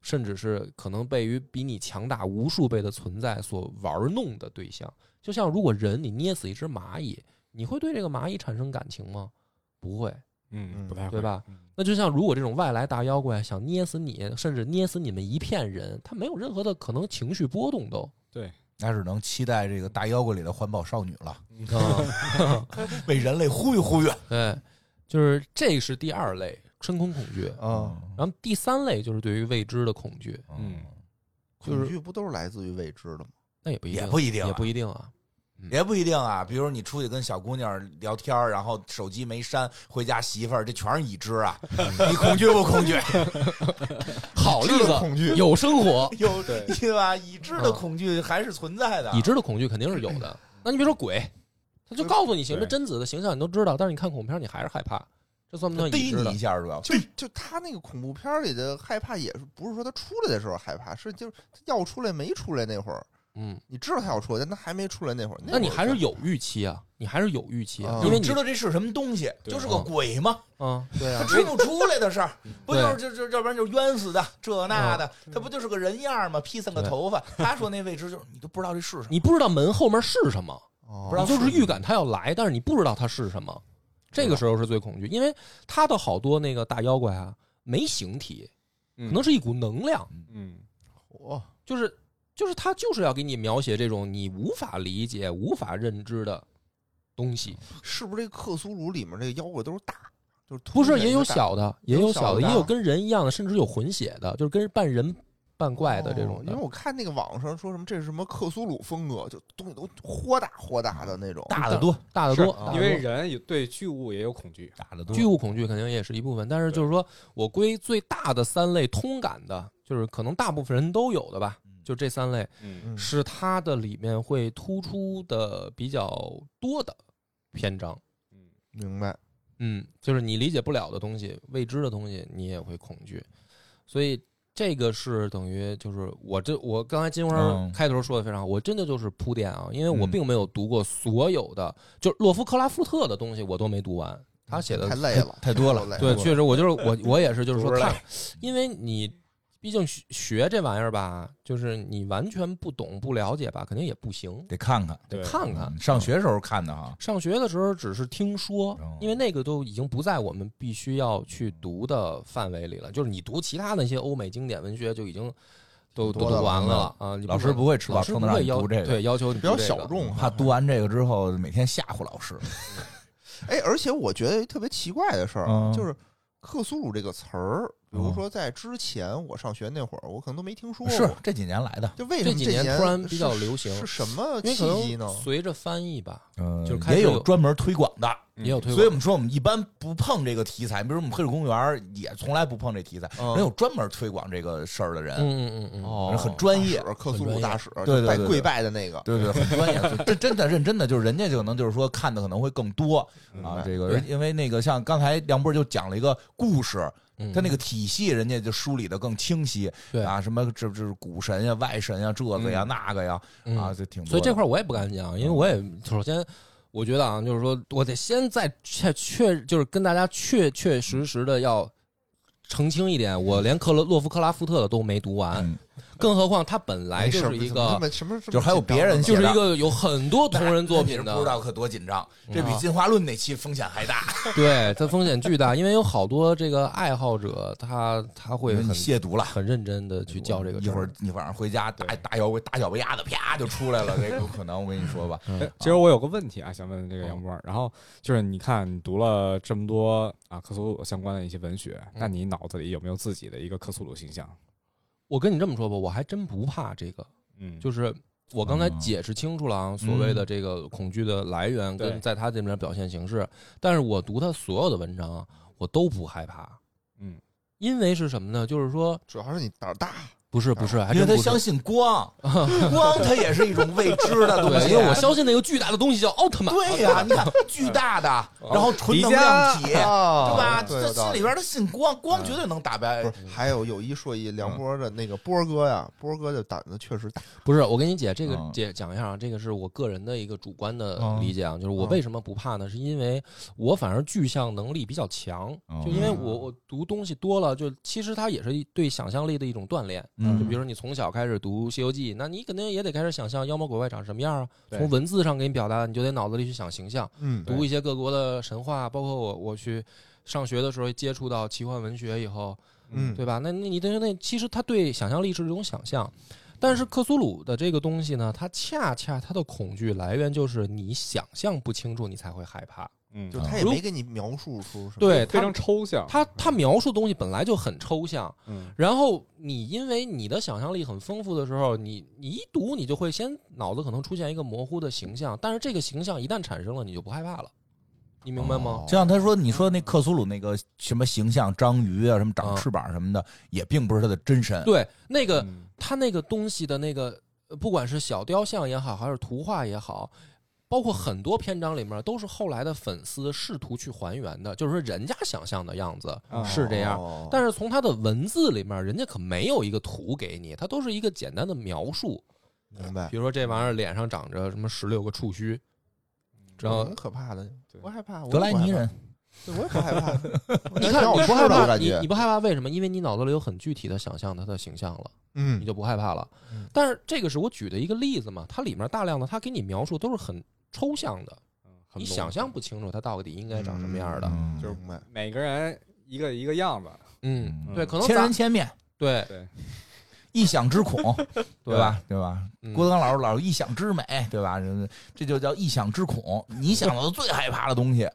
[SPEAKER 2] 甚至是可能被于比你强大无数倍的存在所玩弄的对象。就像如果人你捏死一只蚂蚁，你会对这个蚂蚁产生感情吗？不会。
[SPEAKER 4] 嗯，
[SPEAKER 3] 嗯
[SPEAKER 4] 不太会
[SPEAKER 2] 对吧？
[SPEAKER 4] 嗯
[SPEAKER 2] 那就像如果这种外来大妖怪想捏死你，甚至捏死你们一片人，他没有任何的可能情绪波动都。
[SPEAKER 4] 对，
[SPEAKER 1] 那只能期待这个大妖怪里的环保少女了，
[SPEAKER 2] 啊，
[SPEAKER 1] 为人类呼吁呼吁。
[SPEAKER 2] 对，就是这是第二类深空恐惧，
[SPEAKER 3] 啊，
[SPEAKER 2] 然后第三类就是对于未知的恐惧，
[SPEAKER 4] 嗯
[SPEAKER 2] 就是
[SPEAKER 3] 恐惧不都是来自于未知的吗？
[SPEAKER 2] 那也不一定，
[SPEAKER 1] 也不一定啊
[SPEAKER 2] 也不一定啊。
[SPEAKER 1] 也不一定啊，比如你出去跟小姑娘聊天儿，然后手机没删，回家媳妇儿，这全是已知 啊，你恐惧不恐惧？
[SPEAKER 2] 好例
[SPEAKER 3] 知道
[SPEAKER 2] 子，
[SPEAKER 3] 恐惧
[SPEAKER 2] 有生活，
[SPEAKER 1] 有
[SPEAKER 4] 对
[SPEAKER 2] 嗯
[SPEAKER 1] 对吧？已知的恐惧还是存在的，
[SPEAKER 2] 已知的恐惧肯定是有的。那你别说鬼，他就告诉你什么
[SPEAKER 4] 对
[SPEAKER 2] 贞子的形象你都知道，但是你看恐怖片你还是害怕，这算不算已
[SPEAKER 1] 逮
[SPEAKER 2] 知
[SPEAKER 1] 你
[SPEAKER 2] 的
[SPEAKER 1] 一？下主要。
[SPEAKER 3] 就就他那个恐怖片里的害怕，也是不是说他出来的时候害怕，是就是他要出来没出来那会儿，
[SPEAKER 2] 嗯，
[SPEAKER 3] 你知道他要出来，但他还没出来那会儿，
[SPEAKER 2] 那你
[SPEAKER 3] 会儿
[SPEAKER 2] 还
[SPEAKER 3] 就是
[SPEAKER 2] 有预期啊，你还是有预期啊
[SPEAKER 3] 啊，
[SPEAKER 2] 因为
[SPEAKER 1] 你
[SPEAKER 2] 你
[SPEAKER 1] 知道这是什么东西，
[SPEAKER 4] 对
[SPEAKER 1] 就是个
[SPEAKER 2] 嗯
[SPEAKER 1] 鬼嘛，
[SPEAKER 2] 嗯，
[SPEAKER 3] 对
[SPEAKER 1] 他
[SPEAKER 3] 啊，
[SPEAKER 1] 出不出来的事 儿，不
[SPEAKER 2] 对嗯
[SPEAKER 1] 就是就就要不然就是冤死的这那的，他不就是个人样儿吗？披散个
[SPEAKER 2] 对
[SPEAKER 1] 头发，他说那位置就是你都不知道这 是什么，
[SPEAKER 2] 你不知道门后面是什么，
[SPEAKER 1] 不
[SPEAKER 3] 不
[SPEAKER 1] 知道
[SPEAKER 2] 你就是
[SPEAKER 1] 是
[SPEAKER 2] 预感他要来，但是你不知道他是什么，这个时候是最恐惧，因为他的好多那个大妖怪啊，没形体，可
[SPEAKER 4] 嗯
[SPEAKER 2] 能是一股能量，
[SPEAKER 4] 嗯
[SPEAKER 3] 我
[SPEAKER 2] 就是就是他就是要给你描写这种你无法理解、无法认知的东西，
[SPEAKER 3] 是不是这个克苏鲁里面这个妖怪都是大，就是
[SPEAKER 2] 不是
[SPEAKER 3] 突然
[SPEAKER 2] 也有
[SPEAKER 3] 一个大
[SPEAKER 2] 小的，也
[SPEAKER 3] 有
[SPEAKER 2] 有
[SPEAKER 3] 小
[SPEAKER 2] 小的，
[SPEAKER 3] 的
[SPEAKER 2] 也有跟人一样的，甚至有混血的，就是跟半人半怪的这
[SPEAKER 3] 哦
[SPEAKER 2] 种
[SPEAKER 3] 因
[SPEAKER 2] 的
[SPEAKER 3] 为我看那个网上说什么这是什么克苏鲁风格，就东西都豁大豁大的那种，
[SPEAKER 2] 大的多，大的
[SPEAKER 4] 是
[SPEAKER 2] 多，啊大
[SPEAKER 4] 因
[SPEAKER 2] 得
[SPEAKER 4] 为
[SPEAKER 2] 多
[SPEAKER 4] 人有对巨物也有恐惧，
[SPEAKER 1] 打的多
[SPEAKER 2] 巨物恐惧肯定也是一部分，但是就是说我归最大的三类通感的，就是可能大部分人都有的吧，就这三类
[SPEAKER 4] 嗯
[SPEAKER 3] 嗯
[SPEAKER 2] 是它的里面会突出的比较多的篇章。
[SPEAKER 4] 嗯
[SPEAKER 3] 明白？
[SPEAKER 2] 嗯，就是你理解不了的东西、未知的东西，你也会恐惧。所以这个是等于就是我这我刚才金花
[SPEAKER 1] 嗯
[SPEAKER 2] 开头说的非常好，我真的就是铺垫啊，因为我
[SPEAKER 1] 嗯
[SPEAKER 2] 并没有读过所有的，就是洛夫克拉夫特的东西我都没读完，他写的
[SPEAKER 3] 太累了，
[SPEAKER 1] 太多了
[SPEAKER 3] 太累
[SPEAKER 2] 对，确实我就是我我也是就是
[SPEAKER 4] 读
[SPEAKER 2] 说
[SPEAKER 4] 不
[SPEAKER 2] 看，因为你毕竟学学这玩意儿吧，就是你完全不懂不了解吧，肯定也不行，
[SPEAKER 1] 得看看，
[SPEAKER 4] 对，
[SPEAKER 2] 看看
[SPEAKER 1] 嗯上学时候看的哈，
[SPEAKER 2] 上学的时候只是听说
[SPEAKER 1] 哦，
[SPEAKER 2] 因为那个都已经不在我们必须要去读的范围里了。就是你读其他那些欧美经典文学就已经都都
[SPEAKER 3] 多了
[SPEAKER 2] 读完了啊。
[SPEAKER 1] 嗯
[SPEAKER 2] 你
[SPEAKER 1] 老师不会吃
[SPEAKER 2] 老
[SPEAKER 1] 饱
[SPEAKER 2] 师
[SPEAKER 1] 撑
[SPEAKER 2] 不
[SPEAKER 1] 的让
[SPEAKER 2] 会
[SPEAKER 1] 你
[SPEAKER 2] 要
[SPEAKER 1] 读这个，
[SPEAKER 2] 对要求你
[SPEAKER 3] 比较
[SPEAKER 2] 读这个
[SPEAKER 3] 小。众
[SPEAKER 1] 怕
[SPEAKER 3] 哈。
[SPEAKER 1] 读完这个之后每天吓唬老师。
[SPEAKER 3] 哎，而且我觉得特别奇怪的事儿啊
[SPEAKER 1] 嗯，
[SPEAKER 3] 就是克苏鲁这个词儿，比如
[SPEAKER 1] 嗯
[SPEAKER 3] 说在之前我上学那会儿，我可能都没听说过。
[SPEAKER 1] 是这几年来的，
[SPEAKER 3] 就为什么
[SPEAKER 2] 这几
[SPEAKER 3] 年
[SPEAKER 2] 年突然比
[SPEAKER 3] 是
[SPEAKER 2] 较流行
[SPEAKER 3] 是什么
[SPEAKER 2] 因为
[SPEAKER 3] 契
[SPEAKER 2] 可
[SPEAKER 3] 机呢
[SPEAKER 2] 能？随着翻译吧，
[SPEAKER 1] 嗯
[SPEAKER 2] 就是开始
[SPEAKER 1] 也有
[SPEAKER 2] 有
[SPEAKER 1] 专门推广的。
[SPEAKER 4] 嗯
[SPEAKER 2] 也有推
[SPEAKER 1] 所以我
[SPEAKER 2] 广。
[SPEAKER 1] 们说，我们一般不碰这个题材，比如我们黑水公园也从来不碰这题材，
[SPEAKER 3] 嗯
[SPEAKER 1] 人有专门推广这个事儿的人，
[SPEAKER 2] 嗯嗯嗯嗯，
[SPEAKER 3] 哦
[SPEAKER 1] 人很专业
[SPEAKER 3] 大使克苏鲁大使，
[SPEAKER 1] 专业
[SPEAKER 3] 就
[SPEAKER 1] 对对
[SPEAKER 3] 拜
[SPEAKER 1] 对对
[SPEAKER 3] 跪拜的那个，
[SPEAKER 1] 对对，很专业，这真的认真的，就是 人家就可能就是说看的可能会更多啊。这个
[SPEAKER 2] 对
[SPEAKER 1] 因为那个像刚才梁波就讲了一个故事，
[SPEAKER 2] 嗯
[SPEAKER 1] 他那个体系人家就梳理的更清晰，
[SPEAKER 2] 对
[SPEAKER 1] 啊，什么这这是股神呀、外神呀、这个呀、那个呀
[SPEAKER 2] 嗯
[SPEAKER 1] 啊，这挺多的。
[SPEAKER 2] 所以这块儿我也不敢讲，因为我也首先我觉得啊，就是说我得先在确确就是跟大家确确实实的要澄清一点，我连克罗洛夫克拉夫特的都没读完，
[SPEAKER 1] 嗯
[SPEAKER 2] 更何况他本来
[SPEAKER 3] 没
[SPEAKER 2] 就
[SPEAKER 3] 事
[SPEAKER 2] 是一
[SPEAKER 3] 哎怎么这
[SPEAKER 2] 个
[SPEAKER 3] 么什么
[SPEAKER 1] 就是还有别人
[SPEAKER 2] 就是
[SPEAKER 1] 么
[SPEAKER 2] 一个有很多同人作品
[SPEAKER 1] 那
[SPEAKER 2] 的，
[SPEAKER 1] 你不知道可多紧张，
[SPEAKER 2] 嗯
[SPEAKER 1] 这比进化论那期风险还大，
[SPEAKER 2] 对，它风险巨大，因为有好多这个爱好者他他会
[SPEAKER 1] 因为
[SPEAKER 2] 很
[SPEAKER 1] 你亵渎了。
[SPEAKER 2] 很认真的去叫这个
[SPEAKER 1] 哎一
[SPEAKER 2] 词儿
[SPEAKER 1] 会儿你晚上回家打
[SPEAKER 4] 对
[SPEAKER 1] 打摇滚打小白鸭子，啪就出来了，这个有可能。我跟你说吧，
[SPEAKER 4] 哎其实我有个问题啊，想问这个杨波儿。然后就是，你看你读了这么多啊克苏鲁相关的一些文学，那你脑子里有没有自己的一个克苏鲁形象？
[SPEAKER 2] 我跟你这么说吧，我还真不怕这个，
[SPEAKER 4] 嗯，
[SPEAKER 2] 就是我刚才
[SPEAKER 1] 嗯
[SPEAKER 2] 解释清楚了啊，所谓的这个恐惧的来源
[SPEAKER 4] 对
[SPEAKER 2] 跟在他这边表现形式。但是我读他所有的文章啊，我都不害怕，
[SPEAKER 4] 嗯，
[SPEAKER 2] 因为是什么呢？就是说，
[SPEAKER 3] 主要是你胆儿大，
[SPEAKER 2] 不是不是，还
[SPEAKER 1] 因为
[SPEAKER 2] 真
[SPEAKER 1] 他
[SPEAKER 2] 不是
[SPEAKER 1] 相。信光，光它也是一种未知的东
[SPEAKER 2] 对，
[SPEAKER 1] 西。
[SPEAKER 2] 因为 我相信那个巨大的东西叫奥特曼。
[SPEAKER 1] 对 呀、你看巨大的，
[SPEAKER 2] 哦
[SPEAKER 1] 然后纯能量体，啊对吧？
[SPEAKER 3] 啊对
[SPEAKER 1] 这
[SPEAKER 3] 有道
[SPEAKER 1] 心
[SPEAKER 3] 理
[SPEAKER 1] 里边的信光，
[SPEAKER 2] 嗯
[SPEAKER 1] 光绝对能打败
[SPEAKER 3] 不。是，还有有一说一，
[SPEAKER 1] 嗯
[SPEAKER 3] 梁波的那个波哥呀，波哥的胆子确实大。
[SPEAKER 2] 不是，我跟你姐这个
[SPEAKER 1] 嗯
[SPEAKER 2] 姐讲一下啊，这个是我个人的一个主观的
[SPEAKER 1] 嗯
[SPEAKER 2] 理解啊，就是我为什么不怕呢？是因为我反而具象能力比较强，
[SPEAKER 1] 哦
[SPEAKER 2] 就因为我我读东西多了，就其实它也是一对想象力的一种锻炼。
[SPEAKER 1] 嗯
[SPEAKER 2] 就比如说你从小开始读《西游记》，那你肯定也得开始想象妖魔鬼怪长什么样啊。
[SPEAKER 4] 对
[SPEAKER 2] 从文字上给你表达，你就得脑子里去想形象。
[SPEAKER 3] 嗯
[SPEAKER 4] 对
[SPEAKER 2] 读一些各国的神话，包括我我去上学的时候接触到奇幻文学以后，
[SPEAKER 3] 嗯，
[SPEAKER 2] 对吧？那那你等于那其实他对想象力是一种想象，但是克苏鲁的这个东西呢，它恰恰它的恐惧来源就是你想象不清楚，你才会害怕。
[SPEAKER 4] 嗯，
[SPEAKER 1] 啊
[SPEAKER 3] 就他也没给你描述出什么。
[SPEAKER 2] 对
[SPEAKER 4] 非
[SPEAKER 2] 他
[SPEAKER 4] 常抽象。
[SPEAKER 2] 他他描述东西本来就很抽象，
[SPEAKER 4] 嗯
[SPEAKER 2] 然后你因为你的想象力很丰富的时候，你你一读你就会先脑子可能出现一个模糊的形象，但是这个形象一旦产生了，你就不害怕了，你明白吗？
[SPEAKER 1] 就像他说，你说那克苏鲁那个什么形象，章鱼啊，什么
[SPEAKER 2] 嗯
[SPEAKER 1] 长翅膀什么的，也并不是他的真身。
[SPEAKER 2] 对，那个
[SPEAKER 4] 嗯
[SPEAKER 2] 他那个东西的那个，呃不管是小雕像也好，还是图画也好，包括很多篇章里面都是后来的粉丝试图去还原的，就是说人家想象的样子
[SPEAKER 4] 啊
[SPEAKER 2] 是这样，
[SPEAKER 3] 哦
[SPEAKER 2] 但是从他的文字里面，人家可没有一个图给你，它都是一个简单的描述，
[SPEAKER 3] 明白
[SPEAKER 2] 比，如说这玩意儿脸上长着什么十六个触须，然
[SPEAKER 3] 有
[SPEAKER 2] 后
[SPEAKER 3] 什么可怕的
[SPEAKER 4] 对，
[SPEAKER 3] 我害怕，我
[SPEAKER 1] 德莱尼人，
[SPEAKER 3] 对我也不害怕，
[SPEAKER 2] 你
[SPEAKER 3] 我也挺
[SPEAKER 2] 看
[SPEAKER 3] 好
[SPEAKER 2] 你不
[SPEAKER 3] 说
[SPEAKER 2] 害
[SPEAKER 3] 的，我
[SPEAKER 2] 怕，
[SPEAKER 3] 感
[SPEAKER 2] 你
[SPEAKER 3] 觉
[SPEAKER 2] 你，不害怕为什么？因为你脑子里有很具体的想象它的形象了，你
[SPEAKER 3] 嗯，
[SPEAKER 2] 就不害怕了
[SPEAKER 3] 嗯。
[SPEAKER 2] 但是这个是我举的一个例子嘛，它里面大量的它给你描述都是很抽象的，
[SPEAKER 4] 嗯很
[SPEAKER 2] 你
[SPEAKER 4] 笼
[SPEAKER 2] 想象
[SPEAKER 4] 统
[SPEAKER 2] 不清楚它到底应该长什么样的。
[SPEAKER 1] 嗯
[SPEAKER 4] 就是
[SPEAKER 3] 明白，
[SPEAKER 4] 每个人一个一个样子，
[SPEAKER 2] 嗯，
[SPEAKER 1] 嗯
[SPEAKER 2] 对，可能
[SPEAKER 1] 千
[SPEAKER 2] 咱
[SPEAKER 1] 人千面，
[SPEAKER 2] 对
[SPEAKER 4] 对，
[SPEAKER 1] 异想之恐，对吧？对吧？
[SPEAKER 2] 嗯
[SPEAKER 1] 郭德纲老师老是异想之美，对吧？这这就叫异想之恐，你想到的最害怕的东西，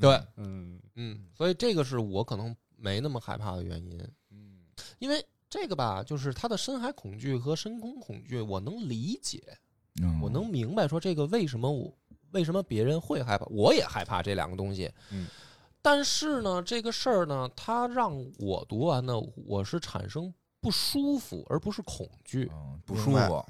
[SPEAKER 2] 对，
[SPEAKER 4] 嗯
[SPEAKER 2] 嗯，所以这个是我可能没那么害怕的原因。
[SPEAKER 4] 嗯
[SPEAKER 2] 因为这个吧，就是他的深海恐惧和深空恐惧，我能理解，
[SPEAKER 1] 嗯
[SPEAKER 2] 我能明白说这个为什么我为什么别人会害怕，我也害怕这两个东西。
[SPEAKER 4] 嗯，
[SPEAKER 2] 但是呢，这个事儿呢，它让我读完呢，我是产生不舒服，而不是恐惧。
[SPEAKER 1] 嗯不舒
[SPEAKER 3] 明白
[SPEAKER 1] 服，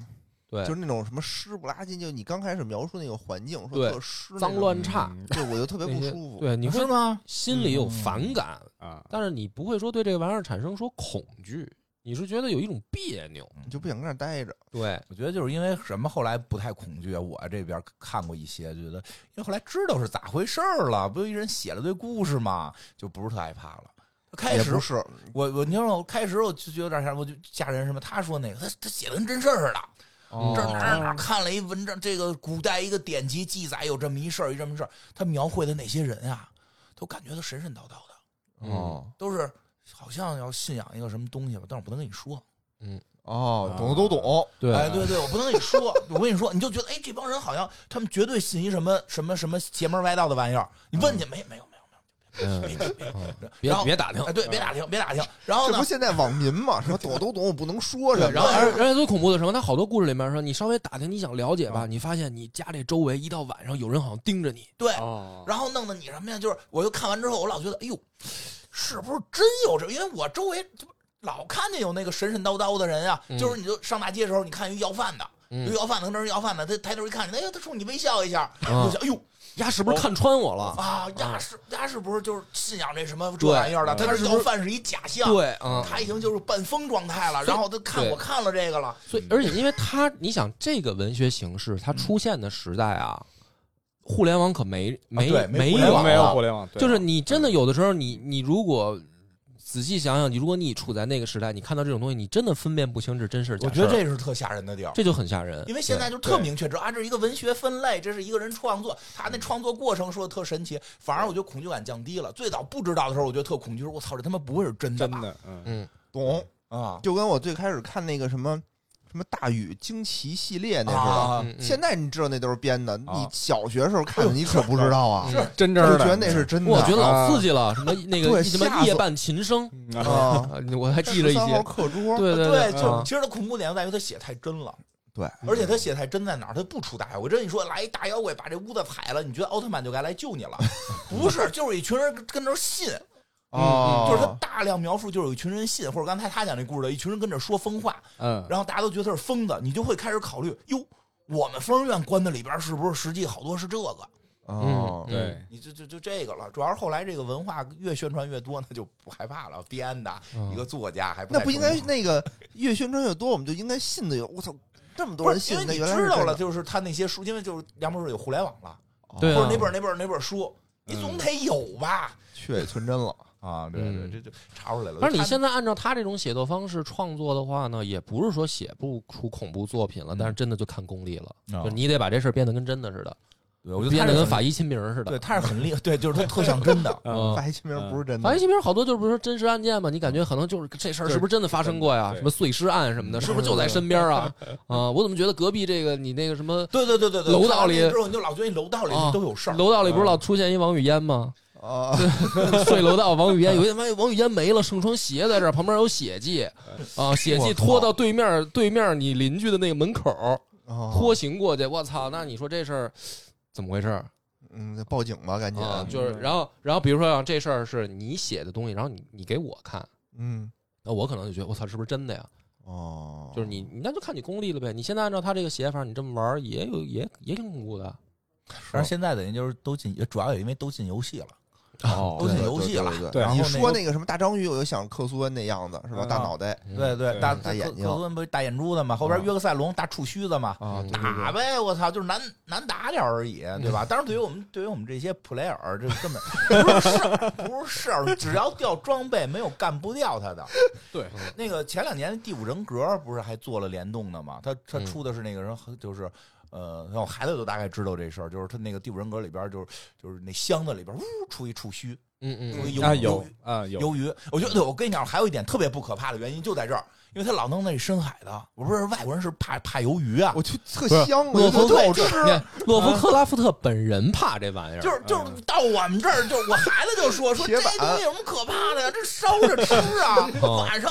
[SPEAKER 2] 对
[SPEAKER 3] 就，是那种什么湿不拉几，就你刚开始描述那个环境，说
[SPEAKER 2] 对
[SPEAKER 3] 特湿那种，
[SPEAKER 2] 脏乱 差，
[SPEAKER 3] 对，我就特别
[SPEAKER 2] 那
[SPEAKER 3] 不
[SPEAKER 2] 些
[SPEAKER 3] 舒服，
[SPEAKER 2] 对，你会
[SPEAKER 1] 是吗？
[SPEAKER 2] 心里有反感，
[SPEAKER 4] 啊，
[SPEAKER 2] 但是你不会说对这个玩意儿产生说恐惧，你是觉得有一种别扭。
[SPEAKER 3] 你就不想跟那儿待着，
[SPEAKER 2] 对，
[SPEAKER 1] 我觉得就是因为什么，后来不太恐惧。我这边看过一些，觉得因为后来知道是咋回事儿了，不有一人写了堆故事嘛，就不是特害怕了。开
[SPEAKER 3] 也
[SPEAKER 1] 始
[SPEAKER 3] 不是，
[SPEAKER 1] 我我你说我开始我就觉得有点吓人，我就吓人什么，他说那个他他写的跟真事儿似的，
[SPEAKER 2] 哦
[SPEAKER 1] 这儿哪儿哪儿看了一文章，这个古代一个典籍记载有这么一事儿，有这么一事儿，他描绘的那些人啊，都感觉他神神叨叨的，
[SPEAKER 2] 哦
[SPEAKER 1] 都是好像要信仰一个什么东西吧，但是我不能跟你说。
[SPEAKER 3] 哦，懂
[SPEAKER 4] 啊
[SPEAKER 3] 的都懂，
[SPEAKER 2] 对
[SPEAKER 1] 哎，对对，我不能跟你说，我跟你说，你就觉得哎，这帮人好像他们绝对信一什么什么什么邪门歪道的玩意儿，你问去没没有没有
[SPEAKER 2] 嗯
[SPEAKER 1] 没有没有，
[SPEAKER 2] 嗯别
[SPEAKER 1] 然后
[SPEAKER 2] 别打听
[SPEAKER 1] 哎，。对，别打听，别打听。然后
[SPEAKER 3] 这
[SPEAKER 1] 呢
[SPEAKER 3] 不，现在网民嘛，什么懂都懂，我不能说什
[SPEAKER 2] 对，
[SPEAKER 3] 么，
[SPEAKER 2] 然后而而且最恐怖的是什么？他好多故事里面说，你稍微打听，你想了解
[SPEAKER 1] 嗯
[SPEAKER 2] 吧，你发现你家这周围一到晚上有人好像盯着你。
[SPEAKER 1] 对，
[SPEAKER 2] 嗯
[SPEAKER 4] 哦，
[SPEAKER 1] 然后弄得你什么呀？就是我就看完之后，我老觉得，哎呦，是不是真有这？因为我周围就老看见有那个神神叨叨的人啊，
[SPEAKER 2] 嗯
[SPEAKER 1] 就是你就上大街的时候，你看一要饭的，有一，
[SPEAKER 2] 嗯
[SPEAKER 1] 要饭的，那人要饭的，他抬头一看，哎呀，他冲你微笑一下，我
[SPEAKER 2] 啊
[SPEAKER 1] 就想，哎呦
[SPEAKER 2] 丫是不是看穿我了？
[SPEAKER 1] 啊，丫是丫是不是就是信仰这什么这玩意儿的？
[SPEAKER 4] 对
[SPEAKER 1] 他这
[SPEAKER 2] 是不
[SPEAKER 1] 要
[SPEAKER 2] 是
[SPEAKER 1] 饭是一假象，
[SPEAKER 2] 对啊，
[SPEAKER 1] 他已经就是半疯状态了。
[SPEAKER 2] 所以
[SPEAKER 1] 然后他看
[SPEAKER 2] 对
[SPEAKER 1] 我看了这个了，
[SPEAKER 2] 所以而且因为他，你想这个文学形式
[SPEAKER 1] 嗯
[SPEAKER 2] 它出现的时代啊，互联网可没没
[SPEAKER 1] 啊对没互
[SPEAKER 4] 没
[SPEAKER 1] 联
[SPEAKER 4] 有
[SPEAKER 1] 网
[SPEAKER 2] 网
[SPEAKER 4] 没有
[SPEAKER 2] 啊
[SPEAKER 4] 互联网，对
[SPEAKER 2] 就是你
[SPEAKER 1] 嗯
[SPEAKER 2] 真的有的时候你，你如果仔细想想，你如果你处在那个时代，你看到这种东西，你真的分辨不清是真事儿假
[SPEAKER 1] 我
[SPEAKER 2] 事
[SPEAKER 1] 觉
[SPEAKER 2] 儿。
[SPEAKER 1] 得这是特吓人的地儿。
[SPEAKER 2] 这就很吓人，
[SPEAKER 1] 因为现在就特明确，知道啊，这是一个文学分类，这是一个人创作，他那创作过程说的特神奇，反而我觉得恐惧感降低了。最早不知道的时候，我觉得特恐惧，说我操，这他妈不会是真的
[SPEAKER 4] 真
[SPEAKER 1] 吧？
[SPEAKER 4] 的，嗯，
[SPEAKER 3] 懂，
[SPEAKER 1] 啊
[SPEAKER 3] 就跟我最开始看那个什么什么大禹惊奇系列那似
[SPEAKER 1] 啊
[SPEAKER 2] 嗯！嗯哎
[SPEAKER 3] 的，现在你知道那都是编的，
[SPEAKER 4] 啊
[SPEAKER 3] 你小学时候看的你可不知道啊
[SPEAKER 2] 嗯，
[SPEAKER 1] 是
[SPEAKER 4] 真真
[SPEAKER 3] 就
[SPEAKER 4] 儿
[SPEAKER 3] 觉
[SPEAKER 4] 的，
[SPEAKER 3] 得那是真的，
[SPEAKER 2] 我觉得老
[SPEAKER 1] 啊
[SPEAKER 2] 刺激了，什么那个
[SPEAKER 3] 对
[SPEAKER 2] 什么
[SPEAKER 3] 吓死
[SPEAKER 2] 夜半琴声，
[SPEAKER 4] 嗯
[SPEAKER 3] 啊，
[SPEAKER 4] 啊
[SPEAKER 2] 啊我还记着一
[SPEAKER 3] 13号
[SPEAKER 2] 些，
[SPEAKER 3] 课桌，
[SPEAKER 2] 对对
[SPEAKER 1] 对，
[SPEAKER 2] 对
[SPEAKER 1] 就
[SPEAKER 2] 啊
[SPEAKER 1] 其实他恐怖点在于他写太真了，
[SPEAKER 3] 对，
[SPEAKER 1] 而且他写太真在哪儿？他不出大妖怪，真你说来一大妖怪把这屋子踩了，你觉得奥特曼就该来救你了？不是，就是一群人跟那儿信，
[SPEAKER 3] 哦，
[SPEAKER 1] 嗯就是他大量描述，就是有一群人信，或者刚才他讲那故事的一群人跟着说疯话，
[SPEAKER 4] 嗯，
[SPEAKER 1] 然后大家都觉得他是疯的，你就会开始考虑，哟，我们疯人院关的里边是不是实际好多是这个？
[SPEAKER 3] 哦
[SPEAKER 2] 嗯，
[SPEAKER 4] 对，。
[SPEAKER 1] 你就就就这个了。主要是后来这个文化越宣传越多，那就不害怕了。编的
[SPEAKER 2] 嗯
[SPEAKER 1] 一个作家还
[SPEAKER 3] 那
[SPEAKER 1] 太
[SPEAKER 3] 不应该
[SPEAKER 1] 重要
[SPEAKER 3] 那个越宣传越多，我们就应该信的有，我操，这么多
[SPEAKER 1] 不
[SPEAKER 3] 人
[SPEAKER 1] 是
[SPEAKER 3] 信
[SPEAKER 1] 因，为
[SPEAKER 3] 那
[SPEAKER 1] 你
[SPEAKER 3] 原来是哦
[SPEAKER 1] 知道
[SPEAKER 3] 真
[SPEAKER 1] 了，
[SPEAKER 3] 的
[SPEAKER 1] 就是他那些书，因为就是梁博士有互联网了，
[SPEAKER 2] 对
[SPEAKER 1] 或
[SPEAKER 2] 啊
[SPEAKER 1] 者那本儿那本儿那本儿书，你
[SPEAKER 3] 嗯
[SPEAKER 1] 总得有吧？
[SPEAKER 3] 血也存真了，
[SPEAKER 1] 啊，
[SPEAKER 2] 对对
[SPEAKER 1] 这就查出来了。
[SPEAKER 2] 但嗯是你
[SPEAKER 1] 看
[SPEAKER 2] 现在按照他这种写作方式创作的话呢，也不是说写不出恐怖作品了，但是真的就看功力了，
[SPEAKER 1] 啊
[SPEAKER 2] 就你得把这事儿变得跟真的似的，
[SPEAKER 1] 对我觉得
[SPEAKER 2] 变
[SPEAKER 1] 他
[SPEAKER 2] 得
[SPEAKER 1] 是
[SPEAKER 2] 跟
[SPEAKER 1] 很
[SPEAKER 2] 法医秦明似
[SPEAKER 1] 对，
[SPEAKER 2] 的。
[SPEAKER 1] 他是很厉害，对，就是他特 像真的
[SPEAKER 4] 嗯
[SPEAKER 2] 嗯
[SPEAKER 3] 发一签名不是真的
[SPEAKER 2] 法医，秦明好多就是不是说真实案件嘛，你感觉可能就是这事儿是不是嗯真的发生过呀？
[SPEAKER 4] 对
[SPEAKER 2] 什么碎尸案什么的，是不是就在身边 啊？啊，我怎么觉得隔壁这个你那个什么
[SPEAKER 1] 对对对对对，
[SPEAKER 2] 楼
[SPEAKER 1] 看
[SPEAKER 2] 道
[SPEAKER 1] 完
[SPEAKER 2] 里
[SPEAKER 1] 这个之后你就老觉得你楼道里
[SPEAKER 2] 啊
[SPEAKER 1] 都有事儿。
[SPEAKER 2] 楼道里不是老出现一王语嫣吗？
[SPEAKER 3] 啊，
[SPEAKER 2] 睡 楼道，王语嫣有一天发现王语嫣没了，剩双鞋在这儿，旁边有血
[SPEAKER 1] 哎
[SPEAKER 2] 迹，啊，血迹拖到对面对面你邻居的那个门口
[SPEAKER 1] 啊
[SPEAKER 2] 儿
[SPEAKER 3] 哦
[SPEAKER 2] 拖行过去，我操，那你说这事儿怎么回事儿
[SPEAKER 3] 嗯，得报警吧，赶紧，
[SPEAKER 2] 啊？
[SPEAKER 4] 嗯
[SPEAKER 2] 就是然后然后比如说啊，这事儿是你写的东西，然后你你给我看，
[SPEAKER 3] 嗯，
[SPEAKER 2] 那我可能就觉得我操，是不是真的呀？
[SPEAKER 1] 哦
[SPEAKER 3] 哦，
[SPEAKER 2] 就是你你那就看你功力了呗。你现在按照他这个写法，你这么玩儿也有也也挺恐怖的，
[SPEAKER 1] 但是现在的人就是都进，主要也因为都进游戏了，
[SPEAKER 4] 哦
[SPEAKER 1] 都进
[SPEAKER 3] 对
[SPEAKER 1] 游戏啊了
[SPEAKER 3] 对对
[SPEAKER 4] 对
[SPEAKER 1] 然后
[SPEAKER 3] 你
[SPEAKER 1] 那
[SPEAKER 3] 说
[SPEAKER 1] 个
[SPEAKER 3] 那个什么大章鱼，我就想克苏恩那样子，是吧？
[SPEAKER 1] 嗯
[SPEAKER 3] 大脑袋，
[SPEAKER 1] 对对，
[SPEAKER 4] 对
[SPEAKER 1] 大
[SPEAKER 3] 大
[SPEAKER 1] 克
[SPEAKER 3] 眼睛
[SPEAKER 1] 克苏恩不是大眼珠子嘛，后边约克赛龙大触须子嘛，
[SPEAKER 4] 啊，
[SPEAKER 2] 嗯
[SPEAKER 4] 对对对
[SPEAKER 1] 打呗，我操，就是难难打点儿而已，对吧？当然，对于我们对于我们这些普雷尔，这根本不是事儿，不是事儿，只要掉装备，没有干不掉他的。
[SPEAKER 4] 对，
[SPEAKER 1] 那个前两年《第五人格》不是还做了联动的吗？他他
[SPEAKER 2] 嗯
[SPEAKER 1] 出的是那个人，就是。呃，我孩子都大概知道这事儿，就是他那个《第五人格》里边，就是就是那箱子里边，呜出一触须，
[SPEAKER 2] 嗯
[SPEAKER 1] 出
[SPEAKER 2] 嗯
[SPEAKER 1] 一鱿
[SPEAKER 4] 啊
[SPEAKER 1] 鱼
[SPEAKER 4] 有啊有
[SPEAKER 1] 鱿鱼。我觉得，对我跟你讲，还有一点特别不可怕的原因就在这儿，因为他老弄那深海的，我不是外国人是怕怕鱿鱼啊，
[SPEAKER 3] 我去特
[SPEAKER 4] 不是
[SPEAKER 3] 香，我
[SPEAKER 2] 洛
[SPEAKER 3] 觉
[SPEAKER 2] 夫
[SPEAKER 3] 得特好吃。
[SPEAKER 2] 你看洛夫克拉夫特本人怕这玩意儿，
[SPEAKER 1] 就是就是到我们这儿，就我孩子就说说
[SPEAKER 3] 铁
[SPEAKER 1] 这
[SPEAKER 3] 板
[SPEAKER 1] 东西有什么可怕的呀？这烧着吃 啊！
[SPEAKER 2] 哦
[SPEAKER 1] 晚上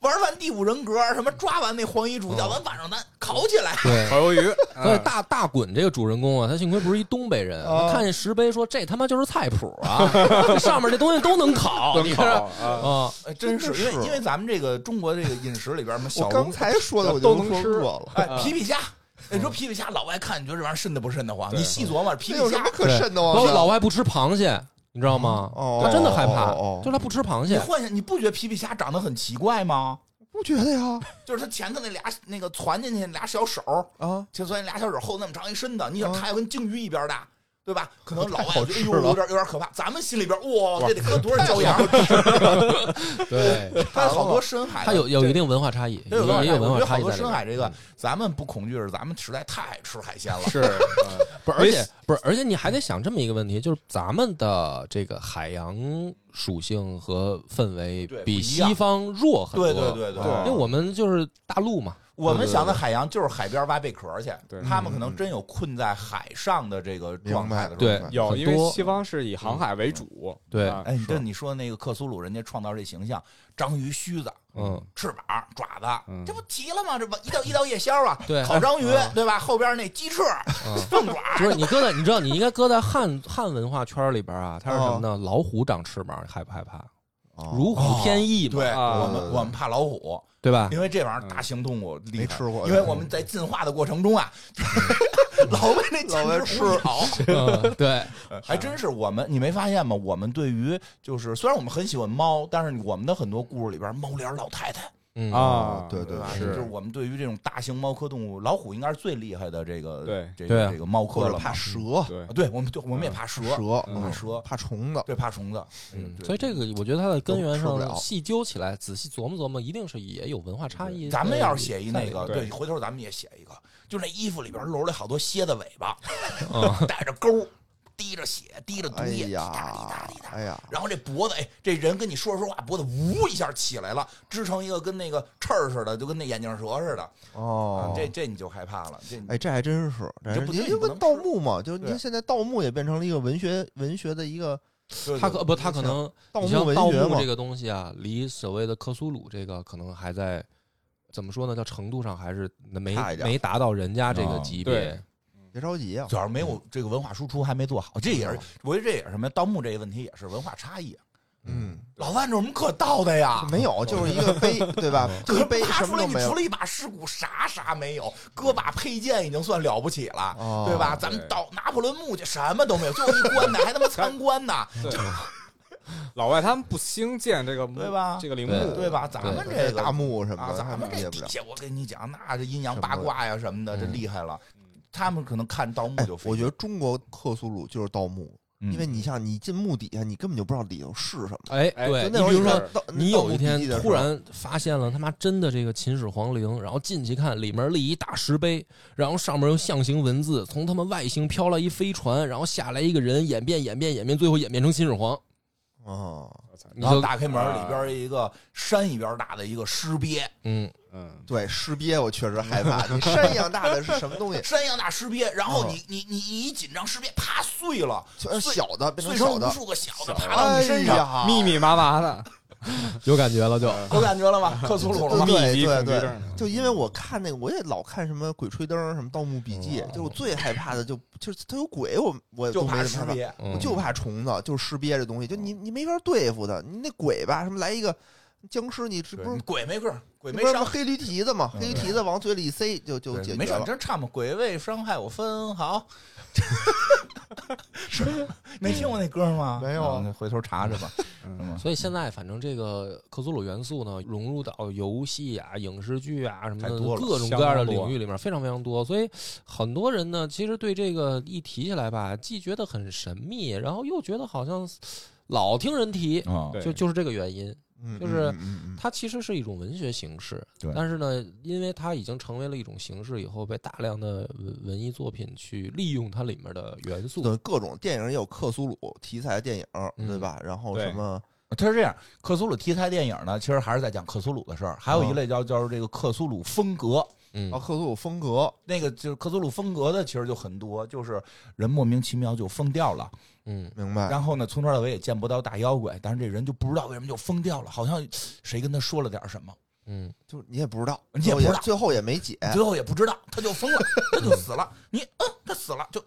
[SPEAKER 1] 玩完第五人格，什么抓完那黄衣主教，完晚上咱烤起来。
[SPEAKER 2] 对，
[SPEAKER 4] 烤鱿鱼，
[SPEAKER 2] 所以大大滚这个主人公啊，他幸亏不是一东北人，
[SPEAKER 3] 啊
[SPEAKER 2] 他看见石碑说这他妈就是菜谱啊，这上面这东西都能 烤，你看
[SPEAKER 4] 烤
[SPEAKER 2] 啊、
[SPEAKER 4] 啊，
[SPEAKER 1] 哎真是因
[SPEAKER 3] 真
[SPEAKER 1] 为
[SPEAKER 3] 是
[SPEAKER 1] 因为咱们这个中国这个饮食里边什么小
[SPEAKER 3] 我刚
[SPEAKER 1] 龙，
[SPEAKER 3] 才说的我就
[SPEAKER 4] 都能
[SPEAKER 3] 说
[SPEAKER 4] 吃
[SPEAKER 3] 饿了，
[SPEAKER 1] 哎，皮皮虾，你说皮皮虾，老外看你觉得这玩意儿瘆得不瘆得慌？
[SPEAKER 4] 对
[SPEAKER 1] 你细琢磨，皮
[SPEAKER 3] 这
[SPEAKER 1] 皮
[SPEAKER 3] 有什
[SPEAKER 1] 虾
[SPEAKER 3] 么，可瘆得
[SPEAKER 2] 包
[SPEAKER 3] 慌
[SPEAKER 2] 括
[SPEAKER 3] 的？
[SPEAKER 2] 老外不吃螃蟹，你知道吗？
[SPEAKER 3] 哦
[SPEAKER 2] 他真的害怕，
[SPEAKER 3] 哦哦哦
[SPEAKER 2] 就是他不吃螃
[SPEAKER 1] 你
[SPEAKER 2] 蟹。
[SPEAKER 1] 幻想你不觉得皮皮虾长得很奇怪吗？
[SPEAKER 3] 不觉得呀？
[SPEAKER 1] 就是它前头那俩那个攒进去俩小手，
[SPEAKER 3] 啊，
[SPEAKER 1] 就算俩小手厚那么长一身子，你想
[SPEAKER 3] 啊
[SPEAKER 1] 它要跟鲸鱼一边大，对吧？可能老外
[SPEAKER 3] 好
[SPEAKER 1] 觉得哎
[SPEAKER 3] 吃
[SPEAKER 1] 呦
[SPEAKER 3] 了
[SPEAKER 1] 有点有点可怕，咱们心里边哇，这得喝多少椒盐？
[SPEAKER 2] 对，
[SPEAKER 1] 它有好多深海的，
[SPEAKER 2] 他有有一定文化差异，
[SPEAKER 1] 它有啊
[SPEAKER 2] 也有文
[SPEAKER 1] 我觉
[SPEAKER 2] 化
[SPEAKER 1] 得
[SPEAKER 2] 差
[SPEAKER 1] 好
[SPEAKER 2] 异
[SPEAKER 1] 多
[SPEAKER 2] 在里嗯
[SPEAKER 1] 深
[SPEAKER 2] 面。
[SPEAKER 1] 海这个，咱们不恐惧是咱们实在太爱吃海鲜 了。
[SPEAKER 4] 是，嗯
[SPEAKER 2] 不是，而且不是，而且你还得想这么一个问题，就是咱们的这个海洋属性和氛围
[SPEAKER 1] 对
[SPEAKER 2] 比
[SPEAKER 1] 不一样
[SPEAKER 2] 西方弱很多，嗯
[SPEAKER 1] 对对对对，
[SPEAKER 4] 啊
[SPEAKER 2] 因为我们就是大陆嘛，
[SPEAKER 1] 我们想的海洋就是海边挖贝壳去
[SPEAKER 4] 对，
[SPEAKER 1] 他们可能真有困在海上的这个状态的时候。
[SPEAKER 2] 嗯对
[SPEAKER 3] 明白
[SPEAKER 4] 有，
[SPEAKER 2] 很
[SPEAKER 4] 因为
[SPEAKER 2] 多
[SPEAKER 4] 西方是以航海为主，
[SPEAKER 2] 对
[SPEAKER 4] 啊
[SPEAKER 1] 哎，你这你说那个克苏鲁，人家创造这形象，章鱼须子，
[SPEAKER 2] 嗯，
[SPEAKER 1] 翅膀、爪子，
[SPEAKER 4] 嗯
[SPEAKER 1] 这不提了吗？这不一道一道夜宵啊，
[SPEAKER 2] 对
[SPEAKER 1] 烤章鱼，对吧？后边那鸡翅、 凤 爪，
[SPEAKER 2] 不是你搁在，你知道你应该搁在汉汉文化圈里边啊，它是什么呢？老虎长翅膀，害不害怕？
[SPEAKER 3] 如
[SPEAKER 2] 如虎添翼嘛，
[SPEAKER 1] 对
[SPEAKER 4] 啊
[SPEAKER 1] 我们我们怕老虎，
[SPEAKER 2] 对吧？
[SPEAKER 1] 因为这玩意儿大型动物厉害
[SPEAKER 3] 没吃过
[SPEAKER 1] 因为我们在进化的过程中啊，老被那
[SPEAKER 3] 老被
[SPEAKER 1] 简直
[SPEAKER 3] 吃
[SPEAKER 1] 无聊
[SPEAKER 2] 嗯对，
[SPEAKER 1] 还真是我们，你没发现吗？我们对于就是虽然我们很喜欢猫，但是我们的很多故事里边，猫脸老太太，
[SPEAKER 2] 嗯，
[SPEAKER 4] 啊，
[SPEAKER 3] 对对
[SPEAKER 1] 对吧？
[SPEAKER 3] 是
[SPEAKER 1] 就是我们对于这种大型猫科动物，老虎应该是最厉害的这个
[SPEAKER 4] 对
[SPEAKER 1] 这
[SPEAKER 2] 对
[SPEAKER 1] 个
[SPEAKER 2] 啊
[SPEAKER 1] 这个猫
[SPEAKER 3] 或
[SPEAKER 1] 科
[SPEAKER 3] 者
[SPEAKER 1] 了
[SPEAKER 3] 怕
[SPEAKER 1] 嘛。
[SPEAKER 3] 蛇、
[SPEAKER 4] 对
[SPEAKER 1] 啊，对我们对我们也怕蛇，
[SPEAKER 3] 蛇、
[SPEAKER 1] 怕
[SPEAKER 3] 嗯
[SPEAKER 1] 蛇，
[SPEAKER 3] 怕虫子，
[SPEAKER 1] 对怕虫子，
[SPEAKER 2] 嗯
[SPEAKER 1] 对
[SPEAKER 2] 所以这个我觉得它的根源
[SPEAKER 3] 都吃不了
[SPEAKER 2] 上细究起来，仔细琢磨琢磨，一定是也有文化差异。
[SPEAKER 1] 咱们要是写一那个，
[SPEAKER 4] 对
[SPEAKER 1] 对，回头咱们也写一个，就那衣服里边露着好多蝎子尾巴，
[SPEAKER 2] 嗯
[SPEAKER 1] 带着钩，滴着血，滴着毒
[SPEAKER 3] 哎
[SPEAKER 1] 液，滴答滴答
[SPEAKER 3] 呀
[SPEAKER 1] 滴，答。
[SPEAKER 3] 哎呀，
[SPEAKER 1] 然后这脖子，哎，这人跟你说着说话，脖子呜一下起来了，支撑一个跟那个刺儿似的，就跟那眼镜蛇似的。啊
[SPEAKER 3] 哦，
[SPEAKER 1] 这这你就害怕了，这
[SPEAKER 3] 哎，这还真是，这还
[SPEAKER 1] 这不
[SPEAKER 3] 真
[SPEAKER 1] 对
[SPEAKER 3] 是
[SPEAKER 1] 你
[SPEAKER 3] 因
[SPEAKER 1] 不
[SPEAKER 3] 为
[SPEAKER 1] 能
[SPEAKER 3] 盗墓嘛，就是你
[SPEAKER 1] 对
[SPEAKER 3] 看现在盗墓也变成了一个文学文学的一个
[SPEAKER 1] 对
[SPEAKER 2] 他
[SPEAKER 1] 对
[SPEAKER 2] 可不，他可能
[SPEAKER 3] 盗
[SPEAKER 2] 你
[SPEAKER 3] 墓
[SPEAKER 2] 像
[SPEAKER 3] 文
[SPEAKER 2] 盗
[SPEAKER 3] 学
[SPEAKER 2] 墓
[SPEAKER 3] 嘛
[SPEAKER 2] 这，个东西啊，离所谓的克苏鲁这个可能还在怎么说呢？叫程度上还是没
[SPEAKER 3] 差一点
[SPEAKER 2] 没达到人家这个
[SPEAKER 1] 啊
[SPEAKER 2] 级别
[SPEAKER 4] 对。
[SPEAKER 3] 别着急啊
[SPEAKER 1] 主，要是没有这个文化输出还没做好，这也是
[SPEAKER 3] 嗯
[SPEAKER 1] 我觉得这也是什么呀盗墓这个问题也是文化差异。啊
[SPEAKER 3] 嗯，
[SPEAKER 1] 老万有什么可盗的呀？
[SPEAKER 3] 没有，就是一个碑，对吧？就
[SPEAKER 1] 可
[SPEAKER 3] 是
[SPEAKER 1] 是
[SPEAKER 3] 碑，
[SPEAKER 1] 扒嗯
[SPEAKER 3] 什
[SPEAKER 1] 出
[SPEAKER 3] 么
[SPEAKER 1] 来
[SPEAKER 3] 都
[SPEAKER 1] 你
[SPEAKER 3] 没有
[SPEAKER 1] 除了一把尸骨啥啥没有，搁把佩剑已经算了不起了，
[SPEAKER 3] 哦
[SPEAKER 1] 对吧？咱们
[SPEAKER 4] 对
[SPEAKER 1] 到拿破仑墓去什么都没有，最后一棺材还他妈参观呢，
[SPEAKER 4] 对， 老外他们不兴建这个墓
[SPEAKER 1] 对吧
[SPEAKER 4] 这个陵
[SPEAKER 2] 对
[SPEAKER 4] 墓，
[SPEAKER 1] 对吧？咱们
[SPEAKER 3] 这
[SPEAKER 1] 这个
[SPEAKER 3] 大墓什么
[SPEAKER 1] 啊，
[SPEAKER 3] 的，
[SPEAKER 1] 咱们
[SPEAKER 3] 理
[SPEAKER 1] 这
[SPEAKER 3] 解不
[SPEAKER 1] 地
[SPEAKER 3] 了。
[SPEAKER 1] 下，我跟你讲，那这阴阳八卦呀什么的，这厉害了。他们可能看盗墓
[SPEAKER 3] 嗯哎
[SPEAKER 1] 就，费
[SPEAKER 3] 我觉
[SPEAKER 1] 劲，
[SPEAKER 3] 得中国克苏鲁就是盗墓，
[SPEAKER 1] 嗯
[SPEAKER 3] 因为你像你进墓底下，你根本就不知道里头是什么。
[SPEAKER 2] 哎，
[SPEAKER 4] 哎
[SPEAKER 2] 对，
[SPEAKER 3] 就
[SPEAKER 2] 你
[SPEAKER 3] 那会儿
[SPEAKER 2] 比如说
[SPEAKER 3] 看盗
[SPEAKER 2] 你
[SPEAKER 3] 盗
[SPEAKER 2] 有
[SPEAKER 3] 墓
[SPEAKER 2] 一
[SPEAKER 3] 笔
[SPEAKER 2] 天
[SPEAKER 3] 记的时
[SPEAKER 2] 突
[SPEAKER 3] 候
[SPEAKER 2] 然发现了他妈真的这个秦始皇陵，然后进去看里面立一大石碑，然后上面用象形文字，从他们外星飘来一飞船，然后下来一个人，演变演变演变，最后演变成秦始皇，
[SPEAKER 3] 啊，
[SPEAKER 4] 我操
[SPEAKER 1] 嗯
[SPEAKER 2] 你
[SPEAKER 1] 然后
[SPEAKER 2] 就
[SPEAKER 1] 打开门，里边一个山一边大的一个尸鳖，？
[SPEAKER 2] 嗯，
[SPEAKER 4] 嗯，
[SPEAKER 3] 对，尸鳖我确实害怕。你山一样大的是什么东西
[SPEAKER 1] 山一样大尸鳖，然后
[SPEAKER 3] 嗯
[SPEAKER 1] 你你你你一紧张，尸鳖啪碎了，
[SPEAKER 3] 就是
[SPEAKER 1] 碎
[SPEAKER 3] 小的变
[SPEAKER 1] 碎
[SPEAKER 3] 成
[SPEAKER 1] 成
[SPEAKER 3] 小
[SPEAKER 1] 无
[SPEAKER 3] 的，
[SPEAKER 1] 数个小的
[SPEAKER 4] 小的
[SPEAKER 1] 爬到你身
[SPEAKER 3] 哎
[SPEAKER 1] 上，
[SPEAKER 2] 啊
[SPEAKER 3] 呀
[SPEAKER 4] 密密麻麻的，嗯
[SPEAKER 2] 有感觉了就，
[SPEAKER 1] 有感觉了 吧？克苏鲁了吧？
[SPEAKER 3] 对
[SPEAKER 4] 密
[SPEAKER 3] 对
[SPEAKER 4] 集
[SPEAKER 3] 对
[SPEAKER 4] 恐惧
[SPEAKER 3] 对
[SPEAKER 4] 症，
[SPEAKER 3] 就因为我看那个，我也老看什么《鬼吹灯》什么《盗墓笔记》，就是我最害怕的就就是它有鬼，我我
[SPEAKER 1] 就
[SPEAKER 3] 都没
[SPEAKER 1] 怕
[SPEAKER 3] 呃那么
[SPEAKER 1] 尸
[SPEAKER 3] 害怕
[SPEAKER 1] 鳖，哦
[SPEAKER 2] 嗯
[SPEAKER 3] 我就怕虫子，就是尸鳖这东西，就你你没法对付它。你那鬼吧，什么来一个僵尸你这
[SPEAKER 1] 对
[SPEAKER 3] 不是
[SPEAKER 1] 鬼没个儿，鬼
[SPEAKER 3] 你
[SPEAKER 1] 没
[SPEAKER 3] 不是
[SPEAKER 1] 伤，
[SPEAKER 3] 黑驴蹄子嘛，
[SPEAKER 1] 嗯
[SPEAKER 3] 黑驴蹄子往嘴里一塞就就
[SPEAKER 1] 对
[SPEAKER 3] 解
[SPEAKER 1] 没
[SPEAKER 3] 决
[SPEAKER 1] 事，你
[SPEAKER 3] 了。
[SPEAKER 1] 真唱吧。鬼为伤害我分毫， 是吗没听过那歌吗？
[SPEAKER 3] 没有啊
[SPEAKER 1] 啊那回头查 查吧。是吗
[SPEAKER 2] 所以现在反正这个克苏鲁元素呢，融入到游戏啊、影视剧啊什么
[SPEAKER 1] 太
[SPEAKER 2] 的
[SPEAKER 1] 多了
[SPEAKER 2] 各种各样的
[SPEAKER 4] 相当多
[SPEAKER 2] 领域里面，非常非常多。所以很多人呢，其实对这个一提起来吧，既觉得很神秘，然后又觉得好像老听人提，
[SPEAKER 1] 啊
[SPEAKER 4] 对
[SPEAKER 2] 就就是这个原因。
[SPEAKER 3] 嗯
[SPEAKER 2] 就是
[SPEAKER 3] 嗯嗯嗯嗯
[SPEAKER 2] 它其实是一种文学形式，
[SPEAKER 1] 嗯对
[SPEAKER 2] 但是呢，因为它已经成为了一种形式以后，被大量的文文艺作品去利用它里面的元素。
[SPEAKER 3] 对各种电影也有克苏鲁题材的电影，
[SPEAKER 2] 嗯
[SPEAKER 3] 对吧？然后
[SPEAKER 4] 对
[SPEAKER 3] 什么
[SPEAKER 1] 它是这样，克苏鲁题材电影呢，其实还是在讲克苏鲁的事儿。还有一类叫叫这个克苏鲁风格，
[SPEAKER 2] 嗯
[SPEAKER 3] 啊，，克苏鲁风格，
[SPEAKER 1] 那个就是克苏鲁风格的，其实就很多，就是人莫名其妙就疯掉了，
[SPEAKER 2] 嗯，
[SPEAKER 3] 明白？
[SPEAKER 1] 然后呢，从头到尾也见不到大妖怪，但是这人就不知道为什么就疯掉了，好像谁跟他说了点什么，
[SPEAKER 2] 嗯，
[SPEAKER 3] 就是你也不知道，
[SPEAKER 1] 你也不
[SPEAKER 3] 最后
[SPEAKER 1] 知道
[SPEAKER 3] 最后也没解。
[SPEAKER 1] 最后也不知道， 他就疯 了，他就死了。你嗯，他死了，就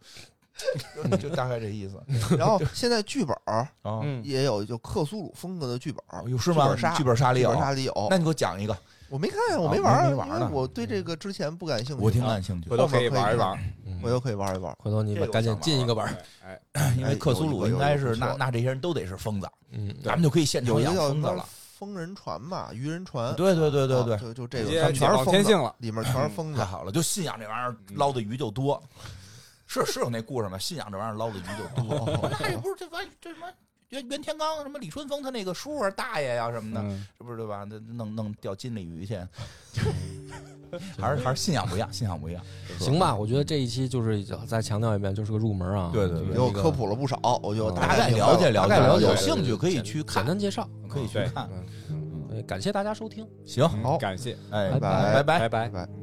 [SPEAKER 1] 就就大概这意思
[SPEAKER 3] 然后现在剧本 儿
[SPEAKER 1] 啊。
[SPEAKER 4] 嗯，
[SPEAKER 3] 也有就克苏鲁风格的剧本儿，
[SPEAKER 1] 哦有是吗
[SPEAKER 3] 剧本杀？
[SPEAKER 1] 剧本杀里
[SPEAKER 3] 剧
[SPEAKER 1] 有
[SPEAKER 3] 本，杀里有。
[SPEAKER 1] 那你给我讲一个，
[SPEAKER 3] 我没看呀，我
[SPEAKER 1] 啊
[SPEAKER 3] 没玩
[SPEAKER 1] 没
[SPEAKER 3] 儿，
[SPEAKER 1] 没玩儿
[SPEAKER 3] 因为
[SPEAKER 1] 呢嗯
[SPEAKER 3] 我对这个之前不感兴趣。
[SPEAKER 1] 我挺感兴趣
[SPEAKER 4] 回。头可以
[SPEAKER 3] 后面可
[SPEAKER 4] 玩
[SPEAKER 3] 以
[SPEAKER 4] 一玩。
[SPEAKER 2] 嗯
[SPEAKER 3] 我又可以玩一玩。
[SPEAKER 2] 回头你
[SPEAKER 1] 这个我
[SPEAKER 2] 赶紧
[SPEAKER 1] 想玩
[SPEAKER 2] 进一个 本儿，
[SPEAKER 4] 哎，
[SPEAKER 1] 因为克苏鲁应该是那那这些人都得是疯子，
[SPEAKER 2] 嗯，
[SPEAKER 1] 咱们就可以现
[SPEAKER 3] 有
[SPEAKER 1] 场
[SPEAKER 3] 一个
[SPEAKER 1] 养
[SPEAKER 3] 叫什
[SPEAKER 1] 疯子
[SPEAKER 3] 么
[SPEAKER 1] 了。哦
[SPEAKER 3] 疯人船吧，愚人船。
[SPEAKER 1] 对对对对
[SPEAKER 3] 啊
[SPEAKER 1] 对，
[SPEAKER 3] 就就这个，
[SPEAKER 4] 直接
[SPEAKER 3] 他们
[SPEAKER 4] 解
[SPEAKER 3] 全是
[SPEAKER 4] 放
[SPEAKER 3] 疯
[SPEAKER 4] 天
[SPEAKER 3] 子
[SPEAKER 4] 性，了。
[SPEAKER 3] 里面全是疯
[SPEAKER 1] 太
[SPEAKER 3] 子。嗯
[SPEAKER 1] 好了，就信仰这玩意儿捞的鱼就多。是是有那故事吗？信仰这玩意儿捞的鱼就多。
[SPEAKER 3] 哦
[SPEAKER 1] 那也不是这玩意儿这什么袁袁天罡什么李春风他那个叔啊大爷呀什么的，
[SPEAKER 4] 嗯，
[SPEAKER 1] 是不是对吧？那弄弄钓金鲤鱼去，还是还是信仰不一样，信仰不一样。
[SPEAKER 2] 行吧，我觉得这一期就是再强调一遍，就是个入门啊。
[SPEAKER 1] 对对对
[SPEAKER 3] 给我科普了不少，我就
[SPEAKER 2] 嗯
[SPEAKER 1] 嗯大概
[SPEAKER 3] 明白
[SPEAKER 1] 了解
[SPEAKER 3] 大
[SPEAKER 1] 了
[SPEAKER 3] 概
[SPEAKER 1] 解，
[SPEAKER 3] 了
[SPEAKER 1] 有
[SPEAKER 3] 解。
[SPEAKER 1] 兴趣可以去看
[SPEAKER 2] 简，单介绍，
[SPEAKER 1] 可以去
[SPEAKER 4] 对
[SPEAKER 1] 看。
[SPEAKER 2] 嗯，感谢大家收听。
[SPEAKER 1] 行，
[SPEAKER 4] 嗯
[SPEAKER 3] 好
[SPEAKER 4] 感谢，
[SPEAKER 1] 哎，拜
[SPEAKER 2] 拜
[SPEAKER 3] 拜
[SPEAKER 1] 拜。
[SPEAKER 4] 拜拜
[SPEAKER 3] 拜。